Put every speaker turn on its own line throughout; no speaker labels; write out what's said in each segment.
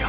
洋。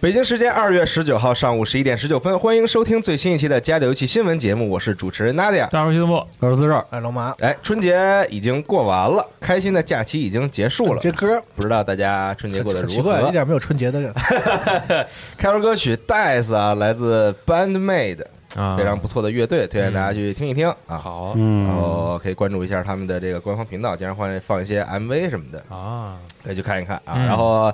北京时间二月十九号上午十一点十九分，欢迎收听最新一期的《家里有气新闻》节目，我是主持人 Nadia。
大伙儿西部，
我是自热，
哎，龙马，
哎，春节已经过完了，开心的假期已经结束了。
这歌
不知道大家春节过得
很
如
奇怪，一
何？
点没有春节的感觉。
开头歌曲《Dice》啊，来自 Bandmade，
啊
非常不错的乐队，推荐大家去听一听啊。然
好
嗯，
后可以关注一下他们的这个官方频道，经常会放一些 MV 什么的，
啊，
可以去看一看啊。
嗯
然后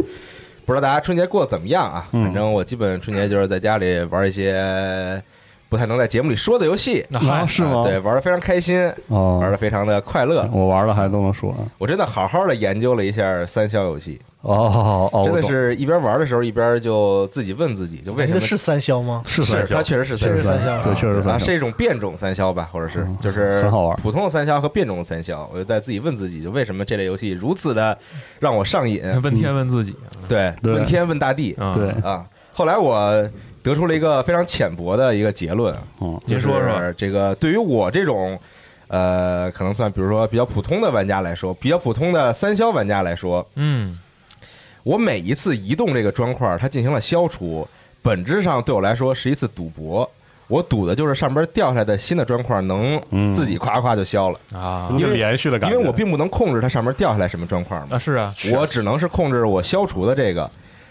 不知道大家春节过得怎么样啊？
嗯
反正我基本春节就是在家里玩一些不太能在节目里说的游戏。
那还
啊是
啊
吗
对，玩的非常开心，
哦，啊
玩的非常的快乐。
我玩的还都能说啊
我真的好好的研究了一下三消游戏，
哦哦，
真的
我懂哎
是一边玩的时候一边就自己问自己，就 为什
那
么
是三消吗？
是
是
三
它
消，
确实是
确实
三消。
三消，
对，确实
啊，
三消嗯
是一种变种三消吧，或者是就是
很好玩
普通的三消和变种的三消，我就在自己问自己，就为什么这类游戏如此的让我上瘾？
问天问自己，
对，
对
问天问大地
啊
对，
啊。后来我得出了一个非常浅薄的一个结论，
嗯
您说说，，
这个对于我这种呃，可能算比如说比较普通的玩家来说，比较普通的三消玩家来说，
嗯，
我每一次移动这个砖块，它进行了消除，本质上对我来说是一次赌博。我赌的就是上边掉下来的新的砖块能
嗯
自己夸夸就消了，
啊
因为
连续的
因
感觉，
为我并不能控制它上面掉下来什么砖块嘛
啊，是啊，
我只能是控制我消除的这个，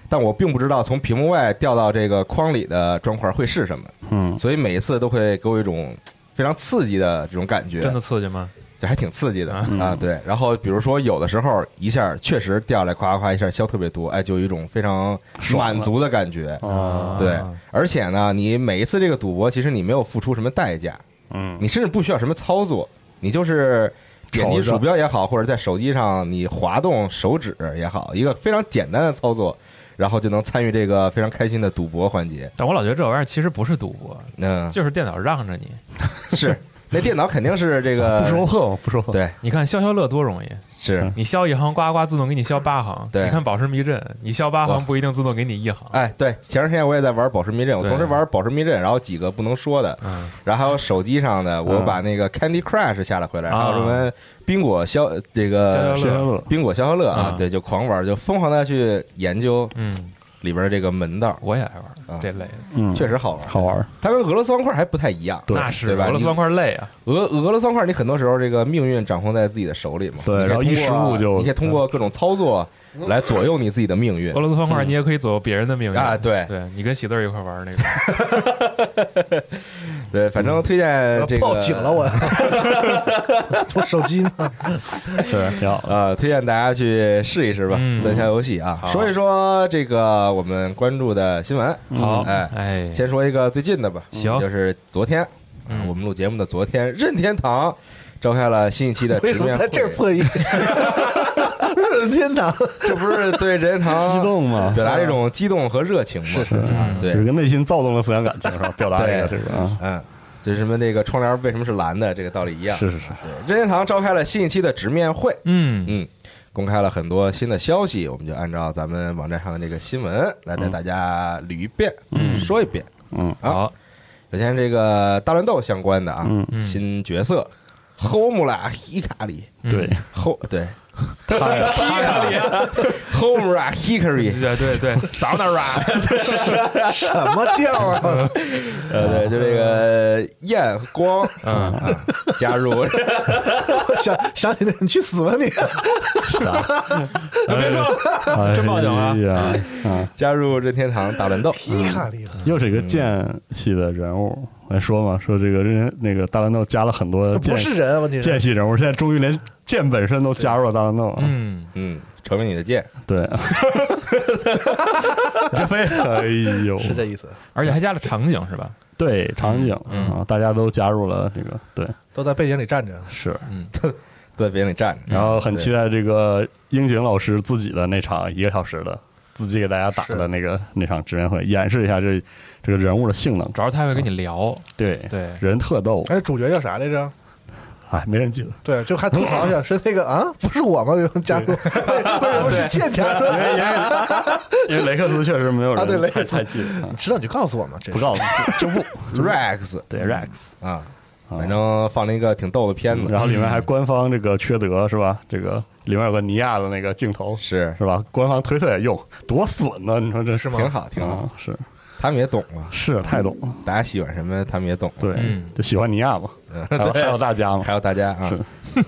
但我并不知道从屏幕外掉到这个框里的砖块会是什么，
嗯
所以每一次都会给我一种非常刺激的这种感觉，
真的刺激吗？
就还挺刺激的
啊
嗯
啊。对，然后比如说有的时候一下确实掉下来，夸夸夸一下消特别多，哎，就有一种非常
爽
满
了
足的感觉。
哦
对，而且呢，你每一次这个赌博，其实你没有付出什么代价，
嗯
你甚至不需要什么操作，你就是点击
瞅着
鼠标也好，或者在手机上你滑动手指也好，一个非常简单的操作，然后就能参与这个非常开心的赌博环节。
但我老觉得这玩意儿其实不是赌博，
嗯，
就是电脑让着你。
是那电脑肯定是这个
不说横不说横，
对
你看消消乐多容易，
是。
你消一行，呱呱自动给你消八行。
对
你看宝石迷阵，你消八
哇
行不一定自动给你一行。
哎，对，前段时间我也在玩宝石迷阵，我
对
同时玩宝石迷阵，然后几个不能说的，
嗯，
然后还有手机上的，我
嗯
把那个 Candy Crush 下了回来，还有
啊
什么冰果消这个
消消
消消
乐，
乐，
冰果消消乐啊
啊，
对，就狂玩，就疯狂的去研究
嗯，
里边的这个门道，
我也爱
啊
玩这类的。
嗯，
确实好玩。
好玩，
它跟俄罗斯方块还不太一样。
对
那是
对吧
俄罗
你
斯方块累啊，
俄俄罗斯方块，你很多时候这个命运掌控在自己的手里嘛。你
对
可以
然后
通
一
过
失误就
你可以通过各种操作
嗯
来左右你自嗯己的命运啊
俄。罗斯方块你也可以左右别人的命运
啊对
对你跟喜豆儿一块玩那个，
对，反正推荐这个
呃报警 了我， 我手机呢？
对，挺好的。
呃，推荐大家去试一试吧，
嗯
三消游戏啊。
好
说一说这个我们关注的新闻，
好，
哎，
哎，
先说一个最近的吧，嗯
行
就是昨天，啊
嗯
我们录节目的昨天，任天堂召开了新一期的
为
直
什么
面
在
会，
这儿破音？任 天堂，
这不是对任天堂
激动嘛
表达这种激动和热情吗？是是
嗯
对
只是跟内心躁动的思想感情是吧？表达一个
对
这个啊，
嗯，就是什么这个窗帘为什么是蓝的，这个道理一样。嗯
是是是，
对任天堂召开了新一期的直面会，
嗯，
嗯，公开了很多新的消息，我们就按照咱们网站上的这个新闻来带大家捋一遍，
嗯
说一遍。
嗯
啊
好，
首先，这个大乱斗相关的啊，
嗯
嗯
新角色 Homura Hikari
嗯
对，
后对
他呀，他呀
Homura Hikari
对对对，扫那 儿啊，
什么调啊？
呃对，就这个焰光
嗯，
啊加入，
我想想起那，你去死吧你！
嗯
别说，
啊
真报警啊
哎呀！ 啊，
加入任天堂大乱斗，
皮卡利了，
又是一个剑系的人物来说嘛，说这个任那个大乱斗加了很多
这
剑
不是人啊，问题
剑
是
系人物，现在终于连剑本身都加入了大乱斗啊。
嗯，
嗯，成为你的剑，
对， 这非哎呦，
是这意思，
而且还加了场景是吧？
对场景
嗯
啊，大家都加入了这个对
都在背景里站着。
是，
都在别人里站着。
然后很
对
期待这个樱井老师自己的那场一个小时的自己给大家打的那个那场直面会，演示一下这这个人物的性能。
主要是他会跟你聊，
对
对
人特逗，
哎，主角叫啥来着？
哎，没人记得。
对，就还 吐槽一下，是那个啊，不是我吗？有人加入，为 什么是剑加入？
因为雷克斯确实没有人
啊对雷克
太
斯
太记得，啊
知道你就告诉我嘛，这
不告诉就不
Rex
嗯对 Rex，
啊，
嗯啊
反正放了一个挺逗的片子
然，后里面还官方这个缺德是吧？这个里面有个尼亚的那个镜头
是
是吧？官方推特也用，多损呢！你说这
是吗
挺好挺好，
啊，是
他们也懂了，
是太懂了，
大家喜欢什么他们也懂了，
对
嗯，
就喜欢尼亚嘛，还有还有大家嘛，
还有大家啊
是，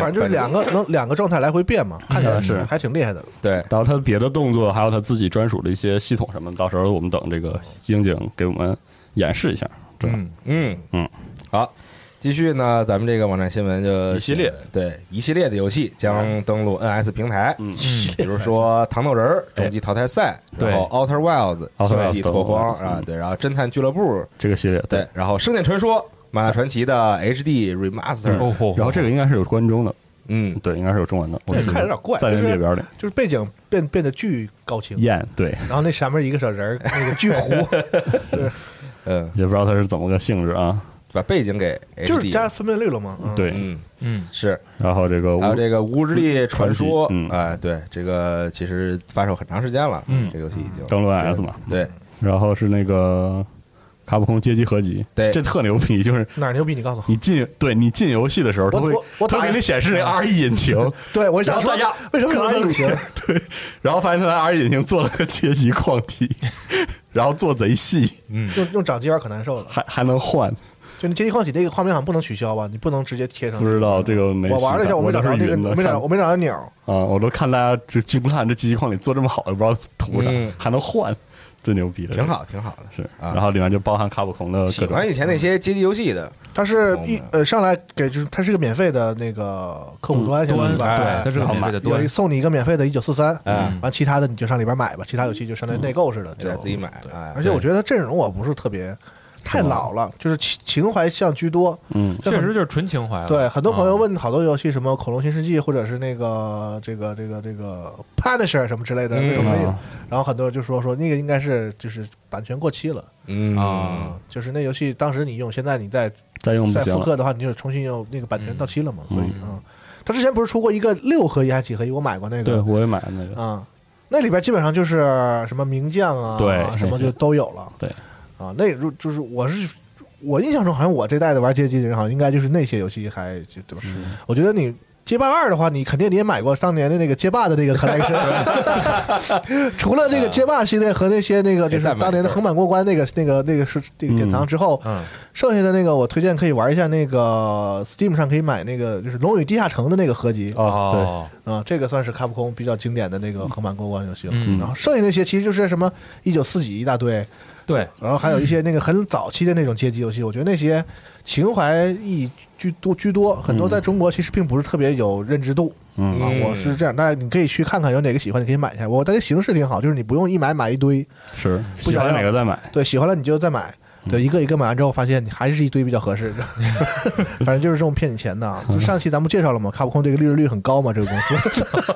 反正就是两个能两个状态来回变嘛，看起来
是
还挺厉害的。
对，
然后他别的动作，还有他自己专属的一些系统什么的，到时候我们等这个樱井给我们演示一下。对，
嗯
嗯
嗯，
好，继续呢，咱们这个网站新闻就
一系列
对一系列的游戏将登陆 NS 平台，
嗯
比如说《糖豆人儿》
哎
终极淘汰赛，
对
然后 Outer Wilds
Outer
星际
Wilds
拓荒
嗯
啊，对，然后侦探俱乐部，
这个系列
对，，然后圣剑传说、玛雅传奇的 HD Remaster，
哦吼，
然后这个应该是有关中的，
嗯，
对，应该是有中文的，我
这
记得
看着有点怪
在那
就是嗯
列表里，
就是背景变变得巨高清，
燕对，
然后那上面一个小人儿，那个巨 糊，
哎
嗯，
也不知道它是怎么个性质啊。
把背景给 HD，
就是加分辨率了嘛。嗯，
对，
嗯
嗯
是，
然后这个
还有
乌
这个《无之力传说》
传奇嗯
哎，对，这个其实发售很长时间了，
嗯
这个游戏已经
登陆 NS 嘛，
对，
然后是那个卡普空街机合集，
对
这特牛逼，就是
哪儿牛逼？你 告诉我。
你进对你进游戏的时候，它会
我我
它
打
会给你显示那 R E 引擎，
对，我想说
然后大家，
为什么有人隐形？
然后发现它的 R E 引擎做了个街机矿 体，然后做贼细，
用用掌机玩可难受了。
还还能换，
就你街机矿体那个画面好像不能取消吧？你不能直接贴上去。
不知道这个没
我玩了一下，
我
没找
都
着
是
那个，
云
我
的
没
看
找，我没找着钮儿。
啊，我都看大家这惊叹这街机矿里做这么好，也不知道图啥
嗯，
还能换，最牛逼了，
挺好，挺好的。
是。
啊
然后里面就包含卡普空的
喜
各种
欢以前那些街机游戏的，
它是
懂
一
了
呃上来给就是它是一个免费的那个客
嗯
户端，相当于
端
吧？
对，它是个
然后
免费的
有
端
一，送你一个免费的《一九四三》，
嗯
完其他的你就上里边买吧，其他游戏就相当于内购似的，
就
就
得自己。买。哎
而且我觉得它阵容我不是特别太老
嗯
了，就是情情怀向居多。
嗯
这很
确实就是纯情怀了。
对，很多朋友
啊，
问好多游戏，什么《恐龙新世纪》或者是那个这个这个这个 Punisher 什么之类的，
嗯
为什么没有
啊
然后很多人就说说那个应该是就是版权过期了，
嗯
啊，
就是那游戏当时你用，现在你再
再用不
再
行
复
了，嗯
刻的话，你就重新用那个版
嗯
权到期了嘛，所以啊，他之前不是出过一个六合一还是几合一？我买过那
对
个
我也买了那个，
啊，那里边基本上就是什么名将啊，
对
什么就都有了，
对
啊，那如就是我是。我印象中，好像我这代的玩街机的人，好像应该就是那些游戏还就对吧？我觉得你街霸二的话，你肯定你也买过当年的那个街霸的那个 collection，除了这个街霸系列和那些那个就是
再买一份
当年的横版过关那个那个那个是这个典藏之后，
嗯，
剩下的那个我推荐可以玩一下那个 Steam 上可以买那个就是《龙与地下城》的那个合集啊、
哦，
哦，
这个算是卡普空比较经典的那个横版过关游戏了。
嗯
然后剩下那些其实就是什么一九四几一大堆，
对，
然后还有一些那个很早期的那种街机游戏，我觉得那些情怀意义居多居多，很多在中国其实并不是特别有认知度。
嗯
啊，我是这样，大家你可以去看看有哪个喜欢，你可以买一下。我但是形式挺好，就是你不用一买买一堆，
是
不
喜
想
欢
要
哪个 再买，
对，喜欢了你就再买。对，
嗯
一个一个买完之后，发现你还是一堆比较合适 的，反正就是这种骗你钱的啊。
嗯
上期咱们不介绍了吗？卡普空这个利润率很高嘛，这个公司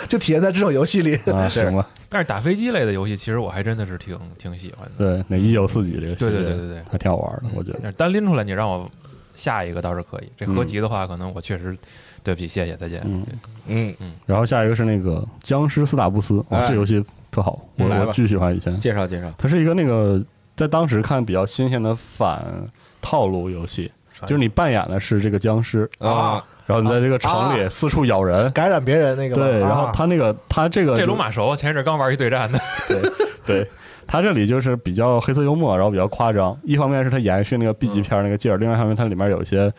就体现在这种游戏里。
啊，
是
行吧，
但是打飞机类的游戏，其实我还真的是挺挺喜欢的。
对，那一九四几这个系
对对
列，
对对对，
还挺好玩的，我觉得。
但是单拎出来你让我下一个倒是可以，这合集的话，可能我确实对不起，谢谢，再见。
嗯
嗯，
然后下一个是那个僵尸斯塔布斯，哇，
哎
这游戏特好，我
来吧
我巨喜欢以前。
介绍介绍，
它是一个那个在当时看比较新鲜的反套路游戏，就是你扮演的是这个僵尸，
啊，
然后你在这个城里四处咬人。
感染别人那个嘛
对，
啊
然后他那个他这个
这龙马熟，前一阵刚玩一对战的，
对他这里就是比较黑色幽默，然后比较夸张。一方面是它延续那个 B 级片那个劲儿，另外一方面它里面有一些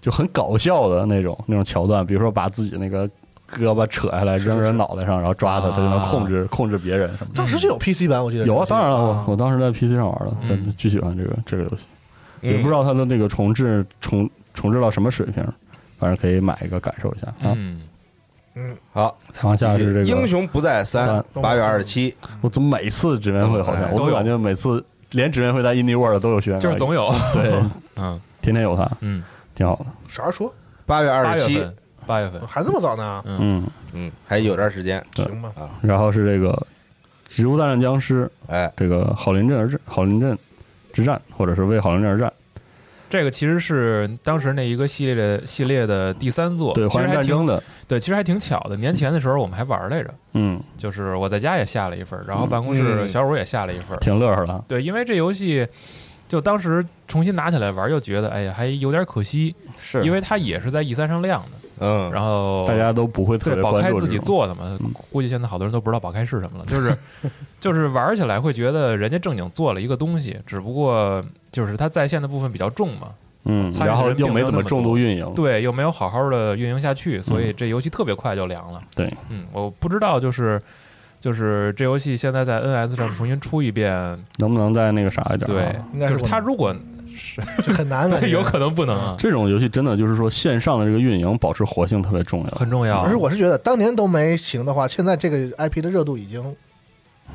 就很搞笑的那种那种桥段，比如说把自己那个胳膊扯下来扔人脑袋上，然后抓
啊
他，他就能控制控制别人什么的。
当时就有 PC 版，我记得
有啊，当然了，
啊
我我当时在 PC 上玩的，
嗯
真的巨喜欢这个这个游戏，
嗯
也不知道它的那个重置重重置到什么水平，反正可以买一个感受一下啊。
嗯，
好，
再往下是这个
英雄不在三，
三
八月二十七，
我怎么每次指面会好像，
哎
我
都
总
有
感觉每次连指面会在 Indie World 都有宣传，
就是总有，
对，
嗯
天天有它，
嗯，
挺好的。
啥时候说？
八月
八
二十七，
月份，八月份，
还这么早呢？
嗯，
嗯，还有段时间，
对
行吧，
然后是这个《植物大战僵尸》，
哎，
这个好邻镇而战，好邻镇之战，或者是为好邻镇而战，
这个其实是当时那一个系列系列的第三作，
对，
其
还
实
原
还
战
挺
争的，
对，其实还挺巧的。年前的时候我们还玩来着，
嗯，
就是我在家也下了一份儿，然后办公
嗯
室小五也下了一份儿。
挺乐呵的，啊
对，因为这游戏就当时重新拿起来玩，又觉得哎呀还有点可惜，
是
因
为
为它也是在 E 三上亮的，
嗯，
然后
大家都不会特
对
别
宝
关
开
注
自
这
己
种，
做的嘛
嗯，
估计现在好多人都不知道宝开是什么了，就是就是玩起来会觉得人家正经做了一个东西，只不过就是它在线的部分比较重嘛，
嗯，
啊参与的人
然后
并
又
没
没
有
怎
那
么
么
重
多
度运营，
对，又没有好好的运营下去，所以这游戏特别快就凉了。
嗯对，
嗯，我不知道就是。就是这游戏现在在 NS 上重新出一遍，
能不能再那个啥一点？啊
对，，
应该
就是是它如果是
这很 难，感觉
对， 有可能不能啊，
这种游戏真的就是说线上的这个运营保持活性特别重要，
很重要。
嗯而是我是觉得当年都没行的话，现在这个 IP 的热度已经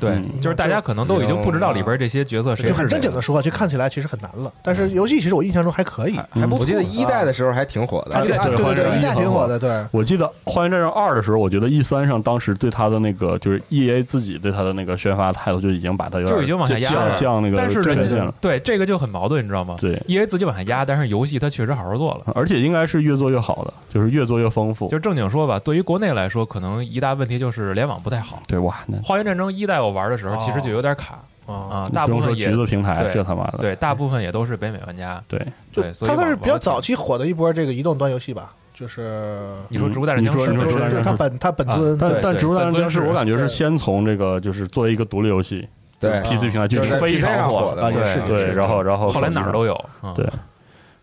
对，
嗯
就是大家可能都已经不知道里边这些角色谁
就是很
谁
正经的
了
说，啊就看起来其实很难了。但
嗯
是游戏其实我印象中还可以，啊
还不
我记得一代的时候还挺火的，
对啊
对
对对
还
对，
是
一代挺火的，对。
我记得《荒原战争二》的时候，我觉得 E 三上当时对他的那个就是 E A 自己对他的那个宣发态度就已经把他有点
就已经往下压
降
了
降那个
但是
权
人
限
家
了，
对这个就很矛盾，你知道吗？
对，
因为自己往下压，但是游戏它确实好好做了。
而且应该是越做越好的，就是越做越丰富
就。正经说吧，对于国内来说，可能一大问题就是联网不太好。
对哇，那
《花园战争一代》我玩的时候，
哦
其实就有点卡
啊，
啊，
哦你
大
不
部
用说
分也
橘子平台，
对
这他妈的，
对，大部分也都是北美玩家。
对，
就
对，所以
它算是
网
比较早。期火的一波这个移动端游戏吧，就是
你说《植物大战
嗯你
僵尸
说》你
是
说植物
不
大
是
就
战
是它本它本尊
啊但
对
但《
对
植物大战
本尊
僵尸》
是
我感觉是
对
先从这个就是作为一个独立游戏，
对啊
就是 PC 平台
就是在
非
PC
常
上
火
火
啊
的，
也是
对
对，然后然后
后来
手机
哪儿
上
都有。嗯
对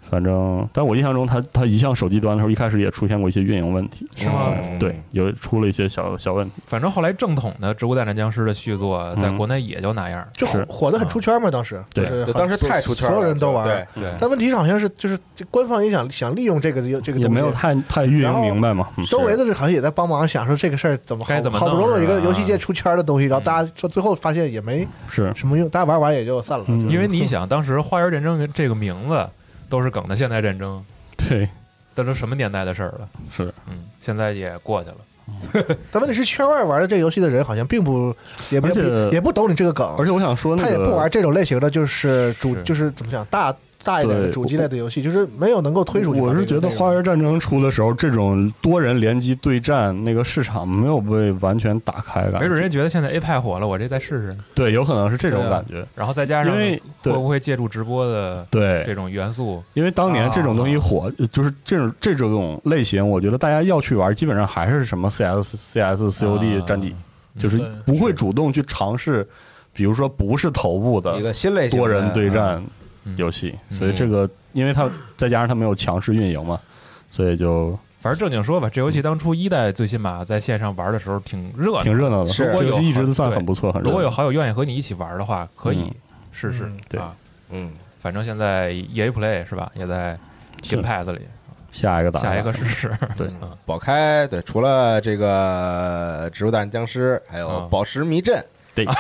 反正，但我印象中他，他一向手机端的时候，一开始也出现过一些运营问题，
是吗
嗯
对，有出了一些小小问题。
反正后来正统的《植物大战僵尸》的续作，在
嗯
国内也就那样。
就火
是啊
火的很出圈嘛，当时
对
就是
对当时
很
太出圈了，
所有人都玩。
对，
对，
但问题是好像是就是这官方也想想利用这个这个
也
东
没有
西
太太运
然
营
后
明白嘛，嗯
周围的人好像也在帮忙想说这个事儿怎么好
该怎么弄
好不容易有一个
是吧嗯
游戏界出圈的东西，然后大家说最后发现也没
是
什么用，大家玩完也就散了。
嗯
就
因为你想，当时《花园战争》这个名字都是梗的现代战争，
对，
这都什么年代的事儿了？
是
嗯，现在也过去了。
但问题是，圈外玩的这个游戏的人好像并不也不
而且
也也不懂你这个梗，
而且我想说，那
他
个
也不玩这种类型的，就是主
是
就是怎么讲大大一点的
对
主机类的游戏，就是没有能够推出去。
我是觉得《花园战争》出的时候，这种多人联机对战那个市场没有被完全打开感觉，
没准人家觉得现在 A 派火了，我这再试试呢。
对，有可能是这种
对啊
感觉，
然后再加上
因为
会
对
不会借助直播的这
对，
种元素？
因为当年这种东西火，呃就是这种这种类型，我觉得大家要去玩，基本上还是什么 CS、CS、COD
啊
战地，就是
对
不会主动去尝试，比如说不是头部
一
的
个新类型的
嗯多人对战
嗯
游戏，
嗯
所以这个，因为它再加上它没有强势运营嘛，所以就
反正正经说吧，这游戏当初一代最起码在线上玩的时候挺热闹
嗯挺
的。
热闹的。
是
这游戏一直都算
对
很不错，很热
如
闹
果有好友愿意和你一起玩的话，可以
嗯
试试
嗯。
对
啊，
嗯，
反正现在 EA Play 是吧，也在 Game Pass 里，
下一个打
下一个试试。
对
嗯
宝开对，除了这个《植物大战僵尸》，还有
啊
《宝石迷阵》
对
你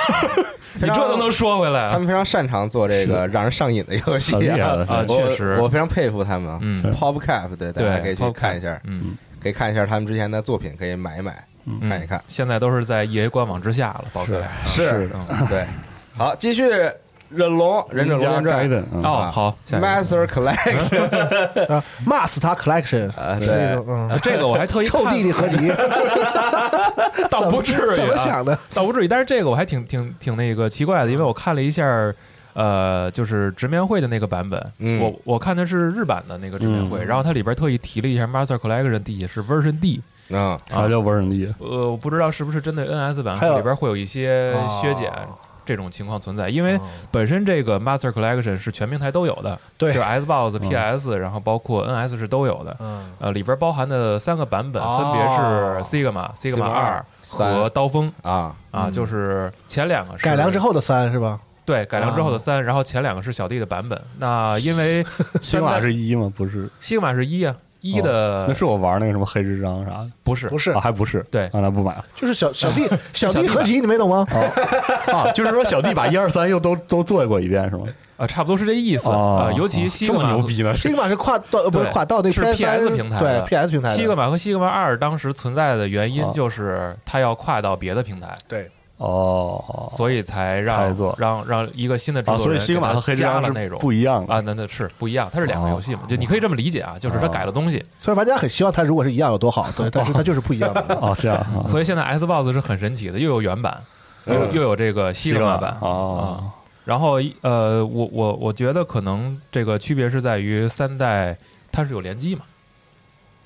非常，
这都能说回来
他
啊？
们非常擅长做这个让人上瘾的游戏
很厉害
啊
的
啊
我
确实
我非常佩服他们啊。
嗯，
PopCap 对，大
对，
家可以去
Popcap
看一下，
嗯，
可以看一下他们之前的作品，可以买一买，
嗯
看一看。
现在都是在 EA 官网之下了，包括
是
是
是
嗯
对，好，继续忍龙，忍者龙
加
王传
Gaiden，嗯
哦，好，下一个。
Master Collection
啊，Master Collection
啊，
是那
对
种，嗯，
啊这个我还特意
臭
看
弟弟合集，
倒 不至于啊
怎么想的？
倒不至于，但是这个我还挺挺挺那个奇怪的，因为我看了一下儿，呃，就是直面会的那个版本，
嗯
我我看的是日版的那个直面会，
嗯
然后它里边特意提了一下 Master Collection D 是 Version D，
嗯，
啊
啥叫 version D？
呃，我不知道是不是针对 NS 版
还有
里边会有一些呃削减
哦
这种情况存在，因为
哦
本身这个 Master Collection 是全平台都有的，
对
就是 Xbox、
嗯
PS，然后包括 NS 是都有的，
嗯，
呃，里边包含的三个版本分别
哦
是 Sigma、Sigma
二
二
三
和刀锋
啊，
啊，
嗯
就是前两个是
改良之后的三是吧？
对改良之后的三，然后前两个是小弟的版本。那因为
新马是一吗？不是，
Sigma 是一啊，一
哦那
的
是我玩那个什么黑之章啥的，
不是
不是
啊，，还不是，
对
啊，那不买了。
就是小小 弟小弟合集，你没懂吗？
啊，就是说小弟把一二三又都都做过一遍是吗？
呃，差不 多是这意思
哦
啊。尤其
哦这么
Sigma
牛逼呢？
新版是跨到呃不是
对
跨到那
是
PS
PS 平台的
对 PS 平台的
西格玛和西格玛二当时存在的原因
哦
就是它要跨到别的平台，
对
哦，
所以才
才
让
做
让让一个新的制
啊，
作
所以
人
西格玛和黑之
给它加
章
了
是
那种
不一样的。
啊，那那是不一样，它是两个
哦
游戏嘛，就你可以这么理解啊，就是它改了东西，
所以玩家很希望它如果是一样有多好，对，但是它就是不一样 的。
哦，这样啊，
所以现在 Xbox 是很神奇的，又有原版，又
嗯
又有这个西格玛版啊
哦，。
然后呃，我我我觉得可能这个区别是在于三代它是有联机嘛，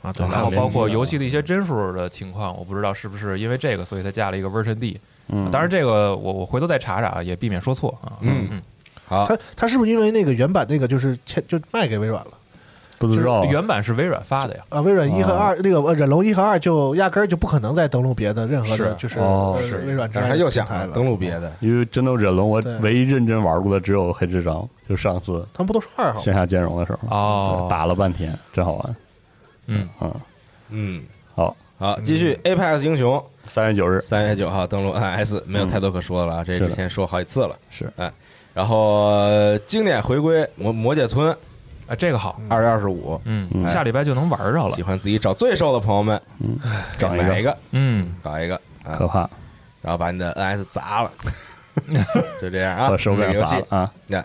啊，对，
然后
哦联
包括
机的
游戏的一些帧数的情况，我不知道是不是因为这个，所以它加了一个 Version D。
嗯，
啊当然这个我我回头再查查啊，也避免说错啊。
嗯
嗯，
好，
它它是不是因为那个原版那个就是签就卖给微软了
不
就
知
是
道啊，
原版是微软发的呀。
啊？微软一和
哦
二那个呃忍龙一和二就压根儿就不可能再登录别的任何的，
是
就是
哦
呃
是
微软之
但
外
是他
的
又
平
想
台了。
登录别的，
因为真的忍龙，我
对
唯一认真玩过的只有黑之章，就上次
他们不都是二号吗？
线下兼容的时候，
哦
嗯对打了半天，真好玩。
嗯，
嗯，
嗯，
好，
好，继续 Apex 英雄
三月九日
三月九号登陆 NS，没有太多可说的了，啊这
嗯是的
之前说好几次了。
是
然后呃经典回归魔魔界村
啊，这个好，
二月二十五，
嗯
嗯，
下礼拜就能玩着了
喜。欢自己找罪受的朋友们，
找一
买一
个
个，
嗯，
搞一个啊
可，怕，
然后把你的 NS 砸 了，就这样啊，
我手
这
柄
个游
砸
戏
了。啊！
那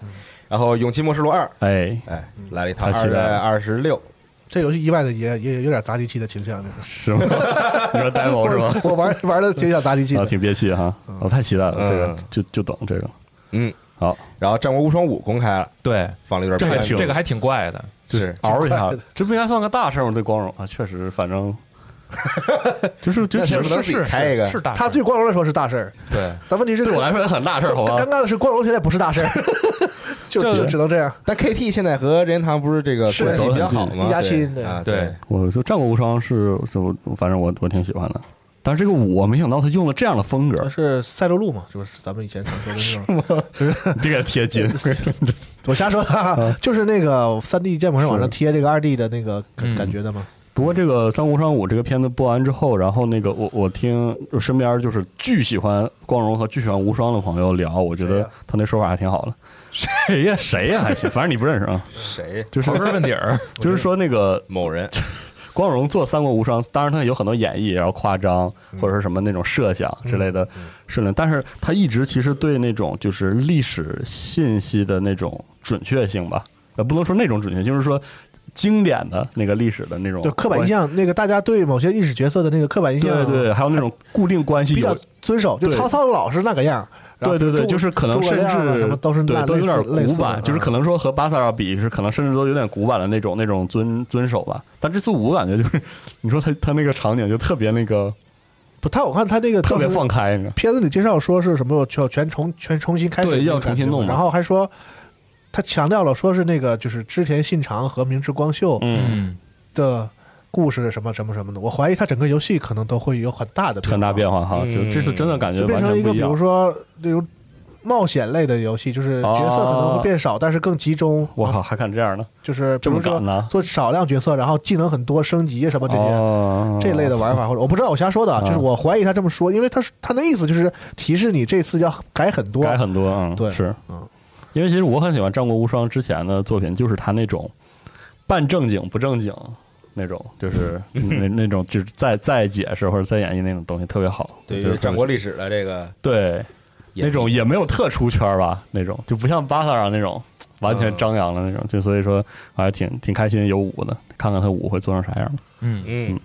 然后《勇气末世录二》
哎，
哎，来了一套二
太期待了
二十六，
这游戏意外的也也也有点砸机器的倾向，就是
是吗？你说 demo 是吗？
我玩玩的挺想砸机器
啊，
的，
挺憋气哈，我太期待了，这个
嗯
就就等这个。
嗯，
好，
然后《战国无双五》公开了，
对，
放了一段
这还
片
挺
子，
这个还挺怪的。
就是啊
是
嗷一下
快的，
这不应该算个大事儿吗？对光荣啊，确实，反正就是就
那
是
是不是
是
是
自己
是
开一个
是是大事儿，
它对光荣来说是大事儿，
对，
但问题是
对我来说也很大事儿，好吧
尴？尬的是光荣现在不是大事儿，就
这
就只能这样。
但 KT 现在和任天堂不是这个
是
关系比较好吗？
一家亲
对
对
啊，
对，
我就《战国无双》是，就反正我我挺喜欢的，但是这个五我没想到他用了这样的风格
那，是赛璐璐嘛，就是咱们以前常说的那种。
这个贴近，
我瞎说的啊，就是那个三 D 建模上往上贴这个二 D 的那个感
嗯
感觉的嘛。
不过这个《三国无双五》这个片子播完之后，然后那个我我听我身边就是巨喜欢光荣和巨喜欢无双的朋友聊，我觉
谁
得
呀
他那说法还挺好的。谁呀？谁呀？还行，反正你不认识啊。
谁
就是
刨根问底儿。
就是说那个
某 人
光荣做《三国无双》，当然他有很多演绎，然后夸张或者是什么那种设想之类的
嗯
是的，但是他一直其实对那种就是历史信息的那种准确性吧，呃，不能说那种准确，就是说经典的那个历史的那种
就刻板印
象，
象，啊那个大家对某些历史角色的那个刻板印象，
对对，还有那种固定关系
比较
有。
遵守。就
对
曹操老是那个样，然后
对对对，
诸
就是可能
诸葛
甚
亮啊
至
什么都是
对
那
都有点
类似
古板，
的啊
就是可能说和巴塞尔比是可能甚至都有点古板的那种那种遵遵守吧。但这次我感觉就是，你说他他那个场景就特别那个
不，他我看他那个
特别
当时
放开，你知道吗
片子里介绍说是什么全全重全重新开始
对
那种
要重新弄
感觉
嘛
然后还说他强调了说是那个就是织田信长和明智光秀
嗯，
嗯，
的故事什么什么什么的，我怀疑他整个游戏可能都会有很大的
很大变
化，
化哈，
嗯
就这次真的感觉
就变
完
成
全
一个
不一
比如
样。
说那种冒险类的游戏，就是角色可能会变少，但是更集中。
哦我靠，还敢这样呢？
就是比
这
如
么
说
敢呢？
做少量角色，然后技能很多，升级什么这些。
哦
这类的玩法，或者我不知道我瞎说的啊，就是
嗯
我怀疑他这么说，因为他是他那意思就是提示你这次要改很多，
改很多，嗯，
对
是，
嗯，
因为其实我很喜欢《战国无双》之前的作品，就是他那种半正经不正经那种，就是 那那种就是再再解释或者再演绎那种东西特别好，
对
就
于
是特别
战国历史的这个
对
演
那种
绎
也没有特出圈儿吧，那种就不像巴萨尔那种完全
嗯
张扬的那种，就所以说我还挺挺开心有舞的，看看他舞会做成啥样。
嗯，
嗯，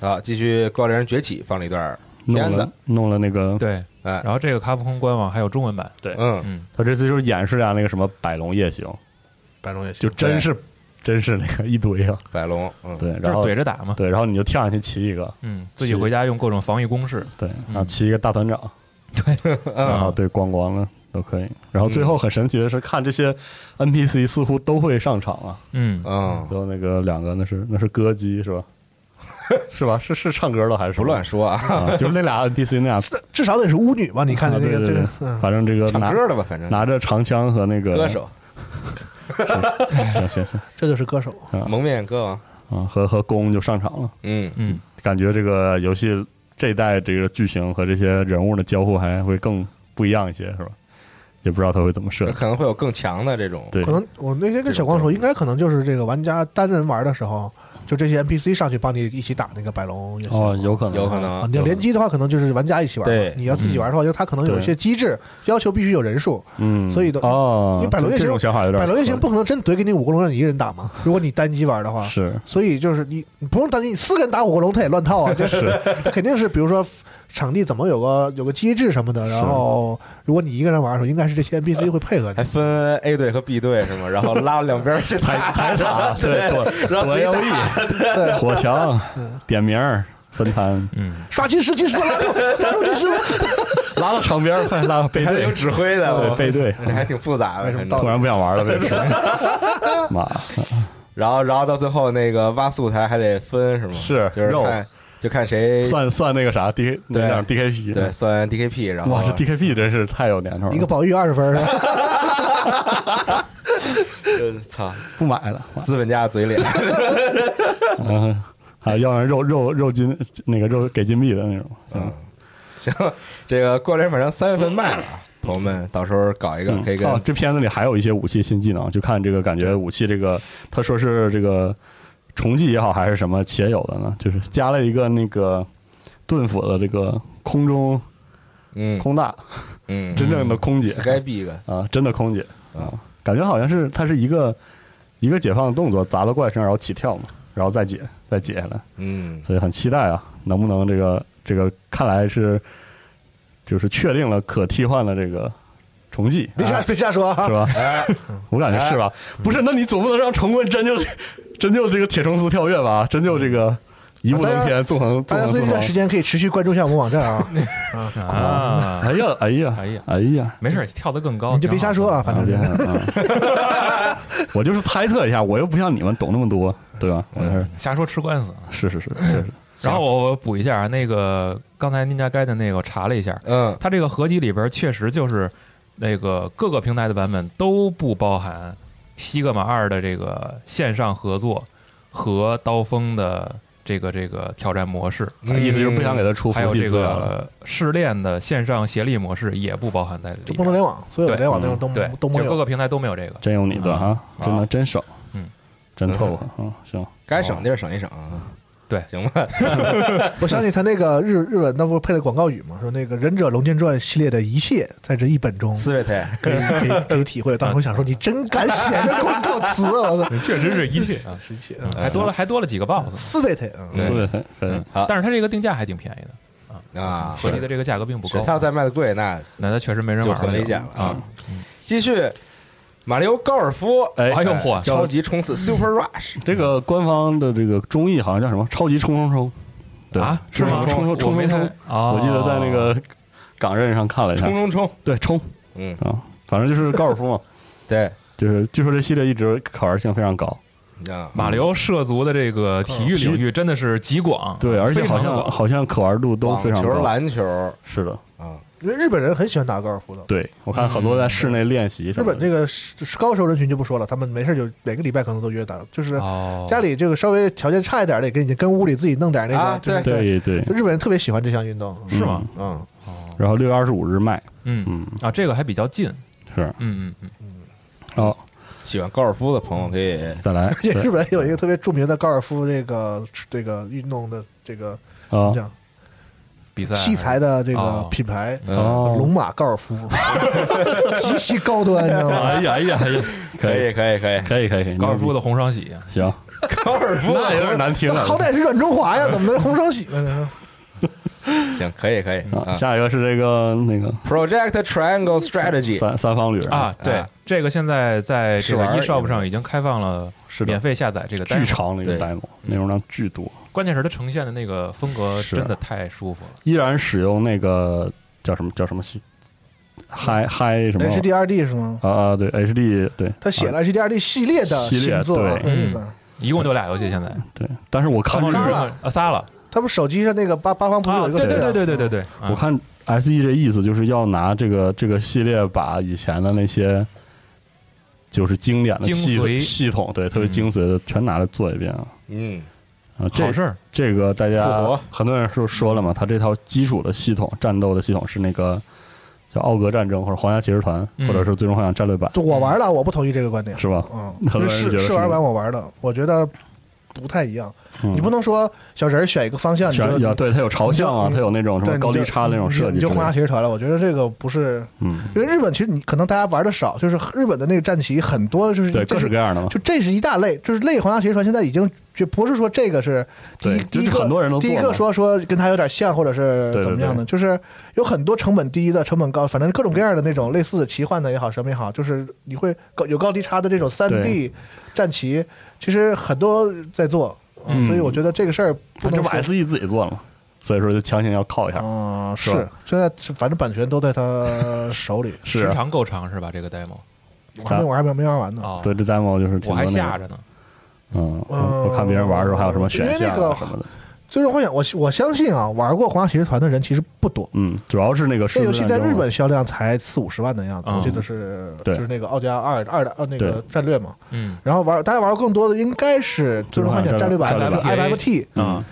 好，继续《高丽人崛起》放了一段片
弄
子
了，弄了那个，
对。
哎，
然后这个卡普空官网还有中文版，
嗯，
嗯，
他这次就是演示了那个什么百龙夜行，
白龙也行
就真是真是那个一 堆啊，
百龙，嗯，
对，
就
然
是
后
怼着打嘛，
对，然后你就跳下去骑一个，
嗯，自己回家用各种防御攻势，
对，然后
嗯
骑一个大 团长，对，然
嗯
后对咣咣的都可以。然后最后很神奇的是，看这些 NPC 似乎都会上场啊，
嗯，
嗯，
然后那个两个那是那是歌姬是吧？ 是吧？是是唱歌的还是什
不
么
乱说啊，
啊？就是那俩 NPC 那俩，
至少得是巫女吧？你 看
啊
的那
对
个
对
这
对
个，，嗯，
反正这个
唱
拿
歌的吧，反正
拿着长枪和那个
歌，手，
行行行
这就是歌手，
蒙面歌王，
啊，和和弓就上场了，
嗯，
嗯，
感觉这个游戏这一代这个剧情和这些人物的交互还会更不一样一些，是吧？也不知道他会怎么设计。
可能会有更强的这种，
对
可，能我那天跟小光说，应该可能就是这个玩家单人玩的时候，就这些 NPC 上去帮你一起打那个白龙也行。
哦，有可能，
有可
啊，
能
你要联机的话，可能就是玩家一起玩嘛。
对
你要自己玩的话，就它可能有一些机制要求必须有人数。
嗯，
所以的
哦，
因为百龙夜行
这种想法有点
百龙夜行
合
不可能真怼给你五个龙让你一人打嘛？如果你单机玩的
理
话，
是
所以就是你你不用担心，你四个人打五个龙他也乱套啊，就是
是
他肯定是比如说场地怎么有个有个机制什么的，然后如果你一个人玩的时候，应该是这些 NPC 会配合
还
你。
分 A 队和 B 队是吗？然后拉两边去
踩踩塔，对，躲
然后
躲
自己
AOE，对 火墙，
嗯
点名儿分摊，
嗯，
刷金石，金石拉住，拉住金石，
拉到场边 儿，快拉到背
还
对
有，指挥的，
对背对，
这还挺复杂的，
没什么
反
道
正
理
突然不想玩了， 这是，妈，
然后然后到最后那个挖素材还得分是吗？
是
就是
肉
看就看
哎
谁
算算那个啥 D 那叫 DKP，
对，算 DKP，然后
哇，这 DKP 真是太有年头了，
一个宝玉二十分儿，
DK 操
不买了，
资本家的嘴脸，
嗯，啊，要不然肉肉肉金那个肉给金币的那种，
嗯，行，这个过来反正三月份卖了啊，朋友们到时候搞一个
嗯
可以跟
哦，这片子里还有一些武器新技能，就看这个感觉武器这个，他说是这个重技也好还是什么且有的呢，就是加了一个那个盾斧的这个空中
嗯
空大，
嗯
真正的空姐
Sky Big
啊，真的空姐啊
嗯，
感觉好像是它是一个一个解放的动作，砸到怪身上然后起跳嘛，然后再解再解下来，
嗯
所以很期待啊，能不能这个这个看来是就是确定了可替换的这个重技，
别瞎别瞎说啊
是！吧？
哎
我感觉是吧？
哎
不是，那你总不能让重棍真就真就这个铁虫丝跳跃吧？真就这个一步登
大
天，纵横
大
纵
家最近
横四
这段时
方。
间可以持续关注一下我们网站啊，
啊，
哎呀，哎呀，
哎呀
哎呀！
没事，跳得更高，
你就别瞎说啊，
挺好嗯
反正是
啊， 我就是猜测一下，我又不像你们懂那么多，对吧？我
的，瞎说吃官司。啊
是是是是
嗯
是是，
然后我我补一下啊，那个刚才 Ninja Gaiden 那个我查了一下，
嗯
它这个合集里边确实就是那个各个平台的版本都不包含西格玛二的这个线上合作和刀锋的这个这个挑战模式，
嗯
意思就是不想给他出
还
服
有
务器
这
资源了。
个试炼的线上协力模式也不包含在
就
里
不能
边。
联网，所有的
对
联网内容都
对，
都没
就各
有。
个平台都没有这个。
真有你的哈，真的真省，
啊嗯，
真凑合，嗯， 行，
该省地儿省一省啊，
对
行吧，
我想起他那个日日本那不是配了广告语嘛，说那个《忍者龙剑传》系列的一切在这一本中
四月天
可以可以可以体会。当时我想说，你真敢写这广告词啊！我操，
确实是一切啊，
十七
还多了还多了几个 BOSS，
四倍腿，嗯
对
四月份，对，
好
但是它这个定价还挺便宜的，
啊，
合集的这个价格并不
是
高。
他要再卖的贵，那
那它确实没人
就
玩
很
了，
危险了
啊！！
继续，马里奥高尔夫，
哎
哎呦嚯，
超级冲
嗯
刺 Super Rush，
这个官方的这个综艺好像叫什么“超级冲冲冲”，对
啊，是
冲
吗？
冲冲冲
我没
冲
太
冲，
哦
我记得在那个港任上看了一下
冲，冲冲，
对冲
嗯，
啊，反正就是高尔夫嘛，
对，
就是据说这系列一直可玩性非常高，
啊，
马流涉足的这个体育领域真的是极广，啊
对，而且
非
好
常
像
广
好像可玩度都非
网
常
球、
高，
篮球
是的，
啊，
因为日本人很喜欢打高尔夫的。
对我看很多在室内练习什
日
么
本这
的，
个是是高收人群就不说了，他们没事就每个礼拜可能都约打，就是
哦，
家里这个稍微条件差一点的，也跟跟屋里自己弄点那个。
啊
就是
对
对对，
就日本人特别喜欢这项运动。
是吗？
嗯，
哦，
然后六月二十五日卖，
嗯
嗯，
啊，这个还比较近，
是，
嗯嗯嗯，
好，
喜欢高尔夫的朋友可以
再来，
而且
对
日本有一个特别著名的高尔夫这个这个运动的这个怎么
啊，
讲
比赛
器材的这个
哦
品牌。
嗯，
哦，
龙马高尔夫，极其高端，你知道吗？
哎呀哎呀哎呀，
可
可以
以可以可以，
可以可以，
高尔夫
的
的红双喜，
行，
高尔夫
那有点难 听了，
好歹是软中华呀，怎么能红双喜呢？
行，可以可以
啊，
啊。
下一个是这个那个
Project Triangle Strategy，
三三方旅人
啊，对
啊，
这个现在在这个
试玩
eShop 上已经开放了
是的
免费下载这个单
巨，长的一个
对
demo，内容量巨多，
关键是它呈现的那个风格
是啊
真的太舒服了。
依然使用那个叫什么叫什么系嗨嗨什么
h D R D 是吗？
啊啊对 HD 对，啊
他写了 h D R D 系列的
系列
新作啊，
对
很有
嗯
意思啊。
一共就俩游戏，现在
啊对，但是我看
三
这
方旅
个
人
啊仨了
他不是手机上那个八八方不是
啊！
有一个
对对对对对对
对，
对，嗯
我看 S E 这意思就是要拿这个这个系列把以前的那些就是经典的
精
系
髓
系统，对特别
嗯
精髓的全拿来做一遍啊。
嗯，
啊，
好
这
事儿，
这个大
复
家
活
很多人说说了嘛，他这套基础的系统，战斗的系统是那个叫奥格战争或者皇家骑士团，
嗯
或者是最终幻想战略版，
就我玩了，我不同意这个观点。
是吧？
嗯
很多，人觉
试
得是
试玩完我玩的，我觉得不太一样。
嗯
你不能说小人儿选一个方向，你
选
就
啊，对，它有朝向啊，
你就
它有那种什
对
么
你
高低
就
差的那种
你就
设计
你
之
就
类
皇家
的，
骑士团了。我觉得这个不是，
嗯，
因为日本其实你可能大家玩的少，就是日本的那个战旗很多，就是
对，
这
各式
是
各样的嘛，
就这是一大类，就是类皇家骑士团现在已经绝不是说这个是第一
对，
第一
就是
个
很多人都
第一
做
个
嘛
说说跟他有点像，或者是
对对
怎么样的，就是有很多成本低的、成本高，反正各种各样的那种类似的奇幻的也好，什么也好，就是你会高有高低差的这种三 D 战旗，其实很多在做，啊
嗯
所以我觉得这个事儿不
这
能
不
说
S E 自己做了嘛，所以说就强行要靠一下，
啊、
是
是
吧
现在是反正版权都在他手里，
是
时
啊，
长够长是吧？这个 demo
我还没我还没没玩完呢。
哦，
对，这 demo 就是挺
我还
多那个
下着呢。
嗯，
嗯
我看别人玩的时候还有什么选项
因为那
啊
个
什么的，
最终幻想，我我相信啊，玩过皇家骑士团的人其实不多，
嗯，主要是那个
那
狮
游
子
戏
战
在
争
日
嘛
本销量才四五十万的样子，
嗯
我记得是
对
就是那个奥加二二的呃那个
对
战略嘛。
嗯
然后玩大家玩过更多的应该是《最终幻想战略版》
战
的
略
版
FFT，
嗯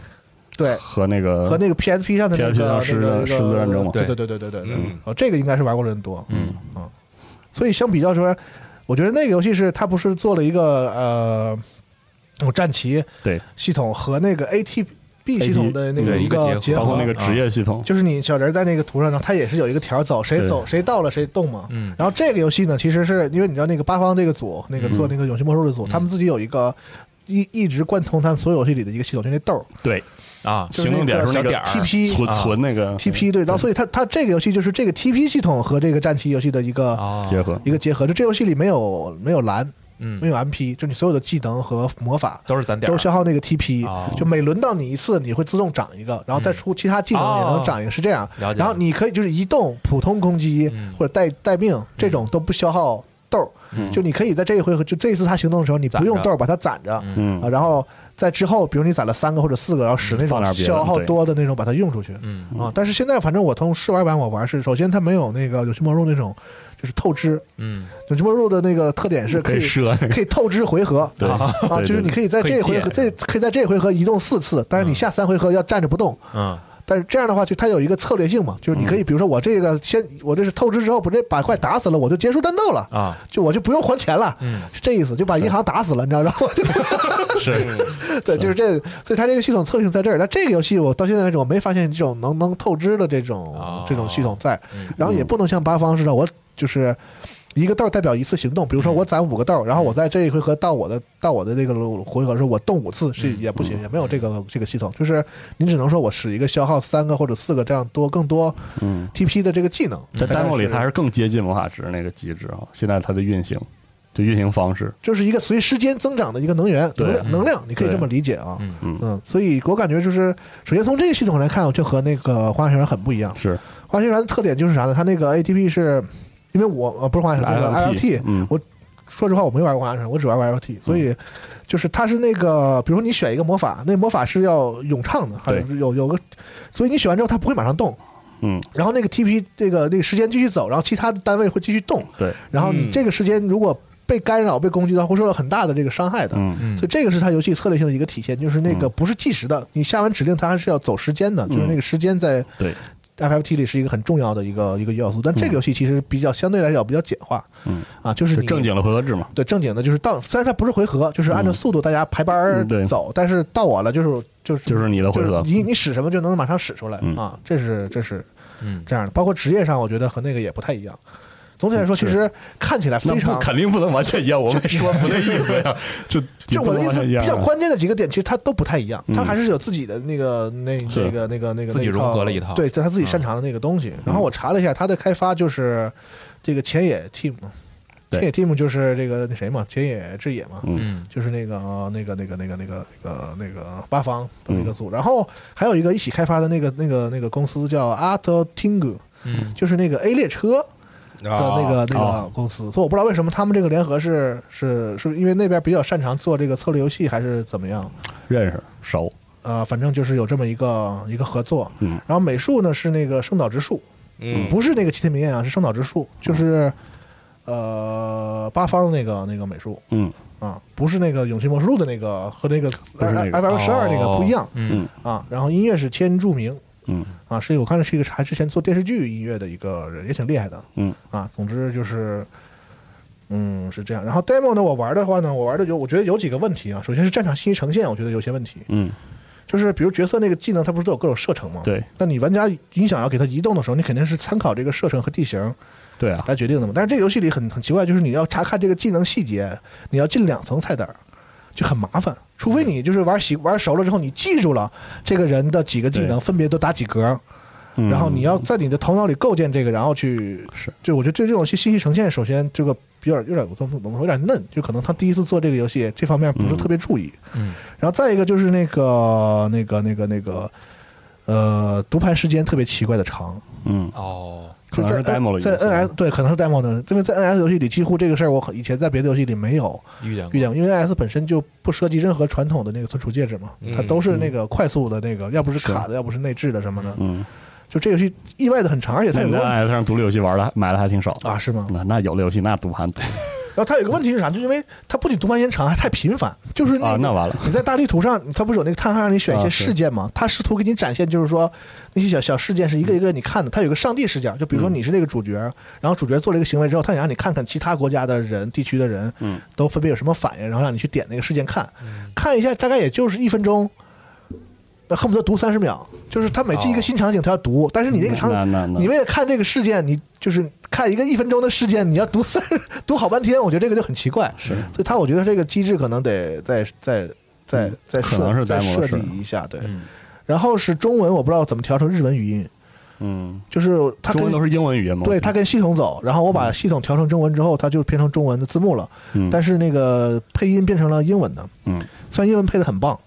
对，
和那个
和那个 PSP 上的那
PSP
个
上狮子
那个
狮子战争嘛
对对对对对对对
嗯。
哦，这个应该是玩过的人多。
嗯
所以相比较说，我觉得那个游戏是它不是做了一个呃，那种战旗
对
系统和那个 ATB 系统的那个
对
一
一
个
个结
结
合
包括
合
那，个职业系统，
就是你小人在那个图上，然后它也是有一个条走，谁
对
走谁到了谁动嘛。
嗯，
然后这个游戏呢，其实是因为你知道那个八方这个组，那个做
嗯
那个《勇气魔术》的组，
嗯
他们自己有一个一一直贯通他们所有游戏里的一个系统，就那豆儿
对，
啊，
就是
行动点
那
小
个
是那个
点儿
TP
存
啊
存那个
TP 对，然后所以它它这个游戏就是这个 TP 系统和这个战棋游戏的一个、
哦，
结合，
一个结合，就这游戏里没有没有蓝，
嗯
没有 MP，就你所有的技能和魔法。
都是攒点儿
都消耗那个 TP，、
哦
就每轮到你一次，你会自动长一个，然后再
嗯哦
出其他技能也能长一个，是这样。
了解。
然后你可以就是移动、普通攻击、
嗯
或者带带命这种都不消耗豆儿，
嗯
就你可以在这一回合就这一次他行动的时候，你
攒
不
着
用豆儿把它攒着
嗯
嗯
啊，然后在之后，比如你攒了三个或者四个，然后使那
放点
种
别的
消耗
对
多的那种把它用出去
嗯
啊。但是现在反正我从试玩版我玩是，首先它没有那个《有趣魔术》那种就是透支，
嗯
《有趣魔术》的那个特点是
可
可
以
以
射那个，
可以透支回合。
对
啊
啊，就是你可以在
可以
这回
借
合，这可以在这回合移动四次，但是你
嗯
下三回合要站着不动，
嗯
但是这样的话，就它有一个策略性嘛，就是你可以，比如说我这个先，我这是透支之后，把这板块打死了，我就结束战斗了，
啊
就我就不用还钱了，
嗯
是这意思，就把银行打死了，你知道，然后 我就
是
对，就是 这，
嗯
所以它这个系统策略性在这儿。但这个游戏我到现在为止我没发现这种能能透支的这种、
哦
这种系统在，
嗯
然后也不能像八方似的，我就是。一个豆儿代表一次行动，比如
嗯
说我攒五个豆儿，然后我在这一回合到我的到我的这个回合的时候，我动五次是
嗯
也不行，也没有这个这个系统，就是你只能说我使一个消耗三个或者四个这样多更多
嗯，
TP 的这个技能。
在
大概
demo 里
是
它还是更接近魔法值那个机制啊，现在它的运行就运行方式，
就是一个随时间增长的一个能源
对
能量，
嗯
能量你可以
对
这么理解啊。
嗯
嗯
嗯，所以我感觉就是，首先从这个系统来看，就和那个花学园很不一样。
是
花学园的特点就是啥呢？它那个 ATP 是，因为我呃不是花学园那个
LT，
LT，
嗯
说实话我没玩过花学园，我只玩过 LT，所以就是它是那个，比如说你选一个魔法，那魔法是要咏唱的，还有有有个，所以你选完之后它不会马上动，
嗯，
然后那个 TP 这个那个时间继续走，然后其他的单位会继续动，
对，
然后你
嗯
这个时间如果被干扰、被攻击的话，会受到很大的这个伤害的。
嗯
嗯
所以这个是它游戏策略性的一个体现，就是那个不是计时的，你下完指令它还是要走时间的，
嗯
就是那个时间在
对
FFT 里是一个很重要的一个一个要素。但这个游戏其实比较相对来讲比较简化，
嗯
啊，就是
就
你
正经的回合制嘛，
对正经的，就是到虽然它不是回合，就是按照速度大家排班儿
嗯对
走，但是到我了就是就是
就是你的回合
就是你你使什么就能马上使出来、
嗯
啊，这是这是
嗯，
这样的。包括职业上，我觉得和那个也不太一样。总体来说，
是
其实看起来
那
非
不
常
肯定不能完全一样，我没说不那意 思呀，就
就我的意思，比较
关，
关键的几个点，其实它都不太一样，
嗯
它还是有自己的那个那
是
那个那个那个
自己
那
融合了一套
对，他自己擅长的那个东西。然后我查了一下，它的开发就是这个前野 team，
对
前野 team 就是这个那谁嘛，前野智也嘛，
嗯
嗯
就是那个呃那个那个那个那个那个那个八方的那个组。然后还有一个一起开发的那个那个那个公司叫 Art Ting，
嗯，
就是那个 A 列车。
的
的
哦
那个那个公司，所以我不知道为什么他们这个联合是是是因为那边比较擅长做这个策略游戏，还是怎么样？
认识熟，
呃，反正就是有这么一个一个合作。
嗯
然后美术呢是那个圣岛直树，
嗯
不是那个齐天明彦啊，是圣岛直树，
嗯
就是呃八方那个那个美术
嗯
啊，不是那个《勇气模式录》的那个和那个
不是那
F
个
F 十二那个不一样
哦，嗯
啊。然后音乐是千住明，
嗯
啊，是一个我看的是一个还之前做电视剧音乐的一个人，也挺厉害的。
嗯
啊，总之就是，嗯，是这样。然后 demo 呢，我玩的话呢，我玩的有，我觉得有几个问题啊。首先是战场信息呈现，我觉得有些问题，
嗯，
就是比如角色那个技能，它不是都有各种射程吗？。
对
那你玩家你想要给它移动的时候，你肯定是参考这个射程和地形
对啊，
来决定的嘛。但是这个游戏里很很奇怪，就是你要查看这个技能细节，你要进两层菜单儿，就很麻烦。除非你就是玩习玩熟了之后，你记住了这个人的几个技能
对
分别都打几格，
嗯
然后你要在你的头脑里构建这个，然后去
是，
就我觉得这这种信信息呈现，首先这个有点有点怎么怎么说有点嫩，就可能他第一次做这个游戏，这方面不是特别注意。
嗯，
然后再一个就是那个那个那个那个，呃，读盘时间特别奇怪的长，
嗯，
哦，
就
可能
在
是 demo 了已经
在 NS 对，可能是 demo 的，因为在 NS 游戏里几乎这个事儿我很以前在别的游戏里没有
遇
啊
见过
遇见过，因为 NS 本身就不涉及任何传统的那个存储介质嘛，它
嗯
都是那个快速的那个，要不是卡的，要不是内置的什么的。
嗯，
就这游戏意外的很长，而且它
那
有
你
个
在
问
S 上独立游戏玩的买的还挺少
题，啊，是吗？
那那有的游戏那读盘读
然后它有一个问题是啥？就因为它不仅读盘时间长，还太频繁，就是 那个
啊，那完了，
你在大地图上，它不是有那个探勘让你选一些
啊是
事件吗？它试图给你展现，就是说那些小小事件是一个一个你看的。它有个上帝视角，就比如
嗯
说你是那个主角，然后主角做了一个行为之后，他想让你看看其他国家的人、地区的人，
嗯，
都分别有什么反应，然后让你去点那个事件看，看一下，大概也就是一分钟。那恨不得读三十秒，就是他每记一个
哦
新场景，他要读，但是你那个场
那那那
你为了看这个事件，你就是看一个一分钟的事件，你要读三读好半天，我觉得这个就很奇怪。
是，
所以他我觉得这个机制可能得再再再再
嗯可能
设
是
再
demo
设
的
计
事
一下，对。
嗯
然后是中文，我不知道怎么调成日文语音，
嗯，
就是它跟
中文都是英文语言吗？
对它跟系统走，然后我把系统调成中文之后，它就变成中文的字幕了，
嗯，
但是那个配音变成了英文的，
嗯，
虽然英文配的很棒。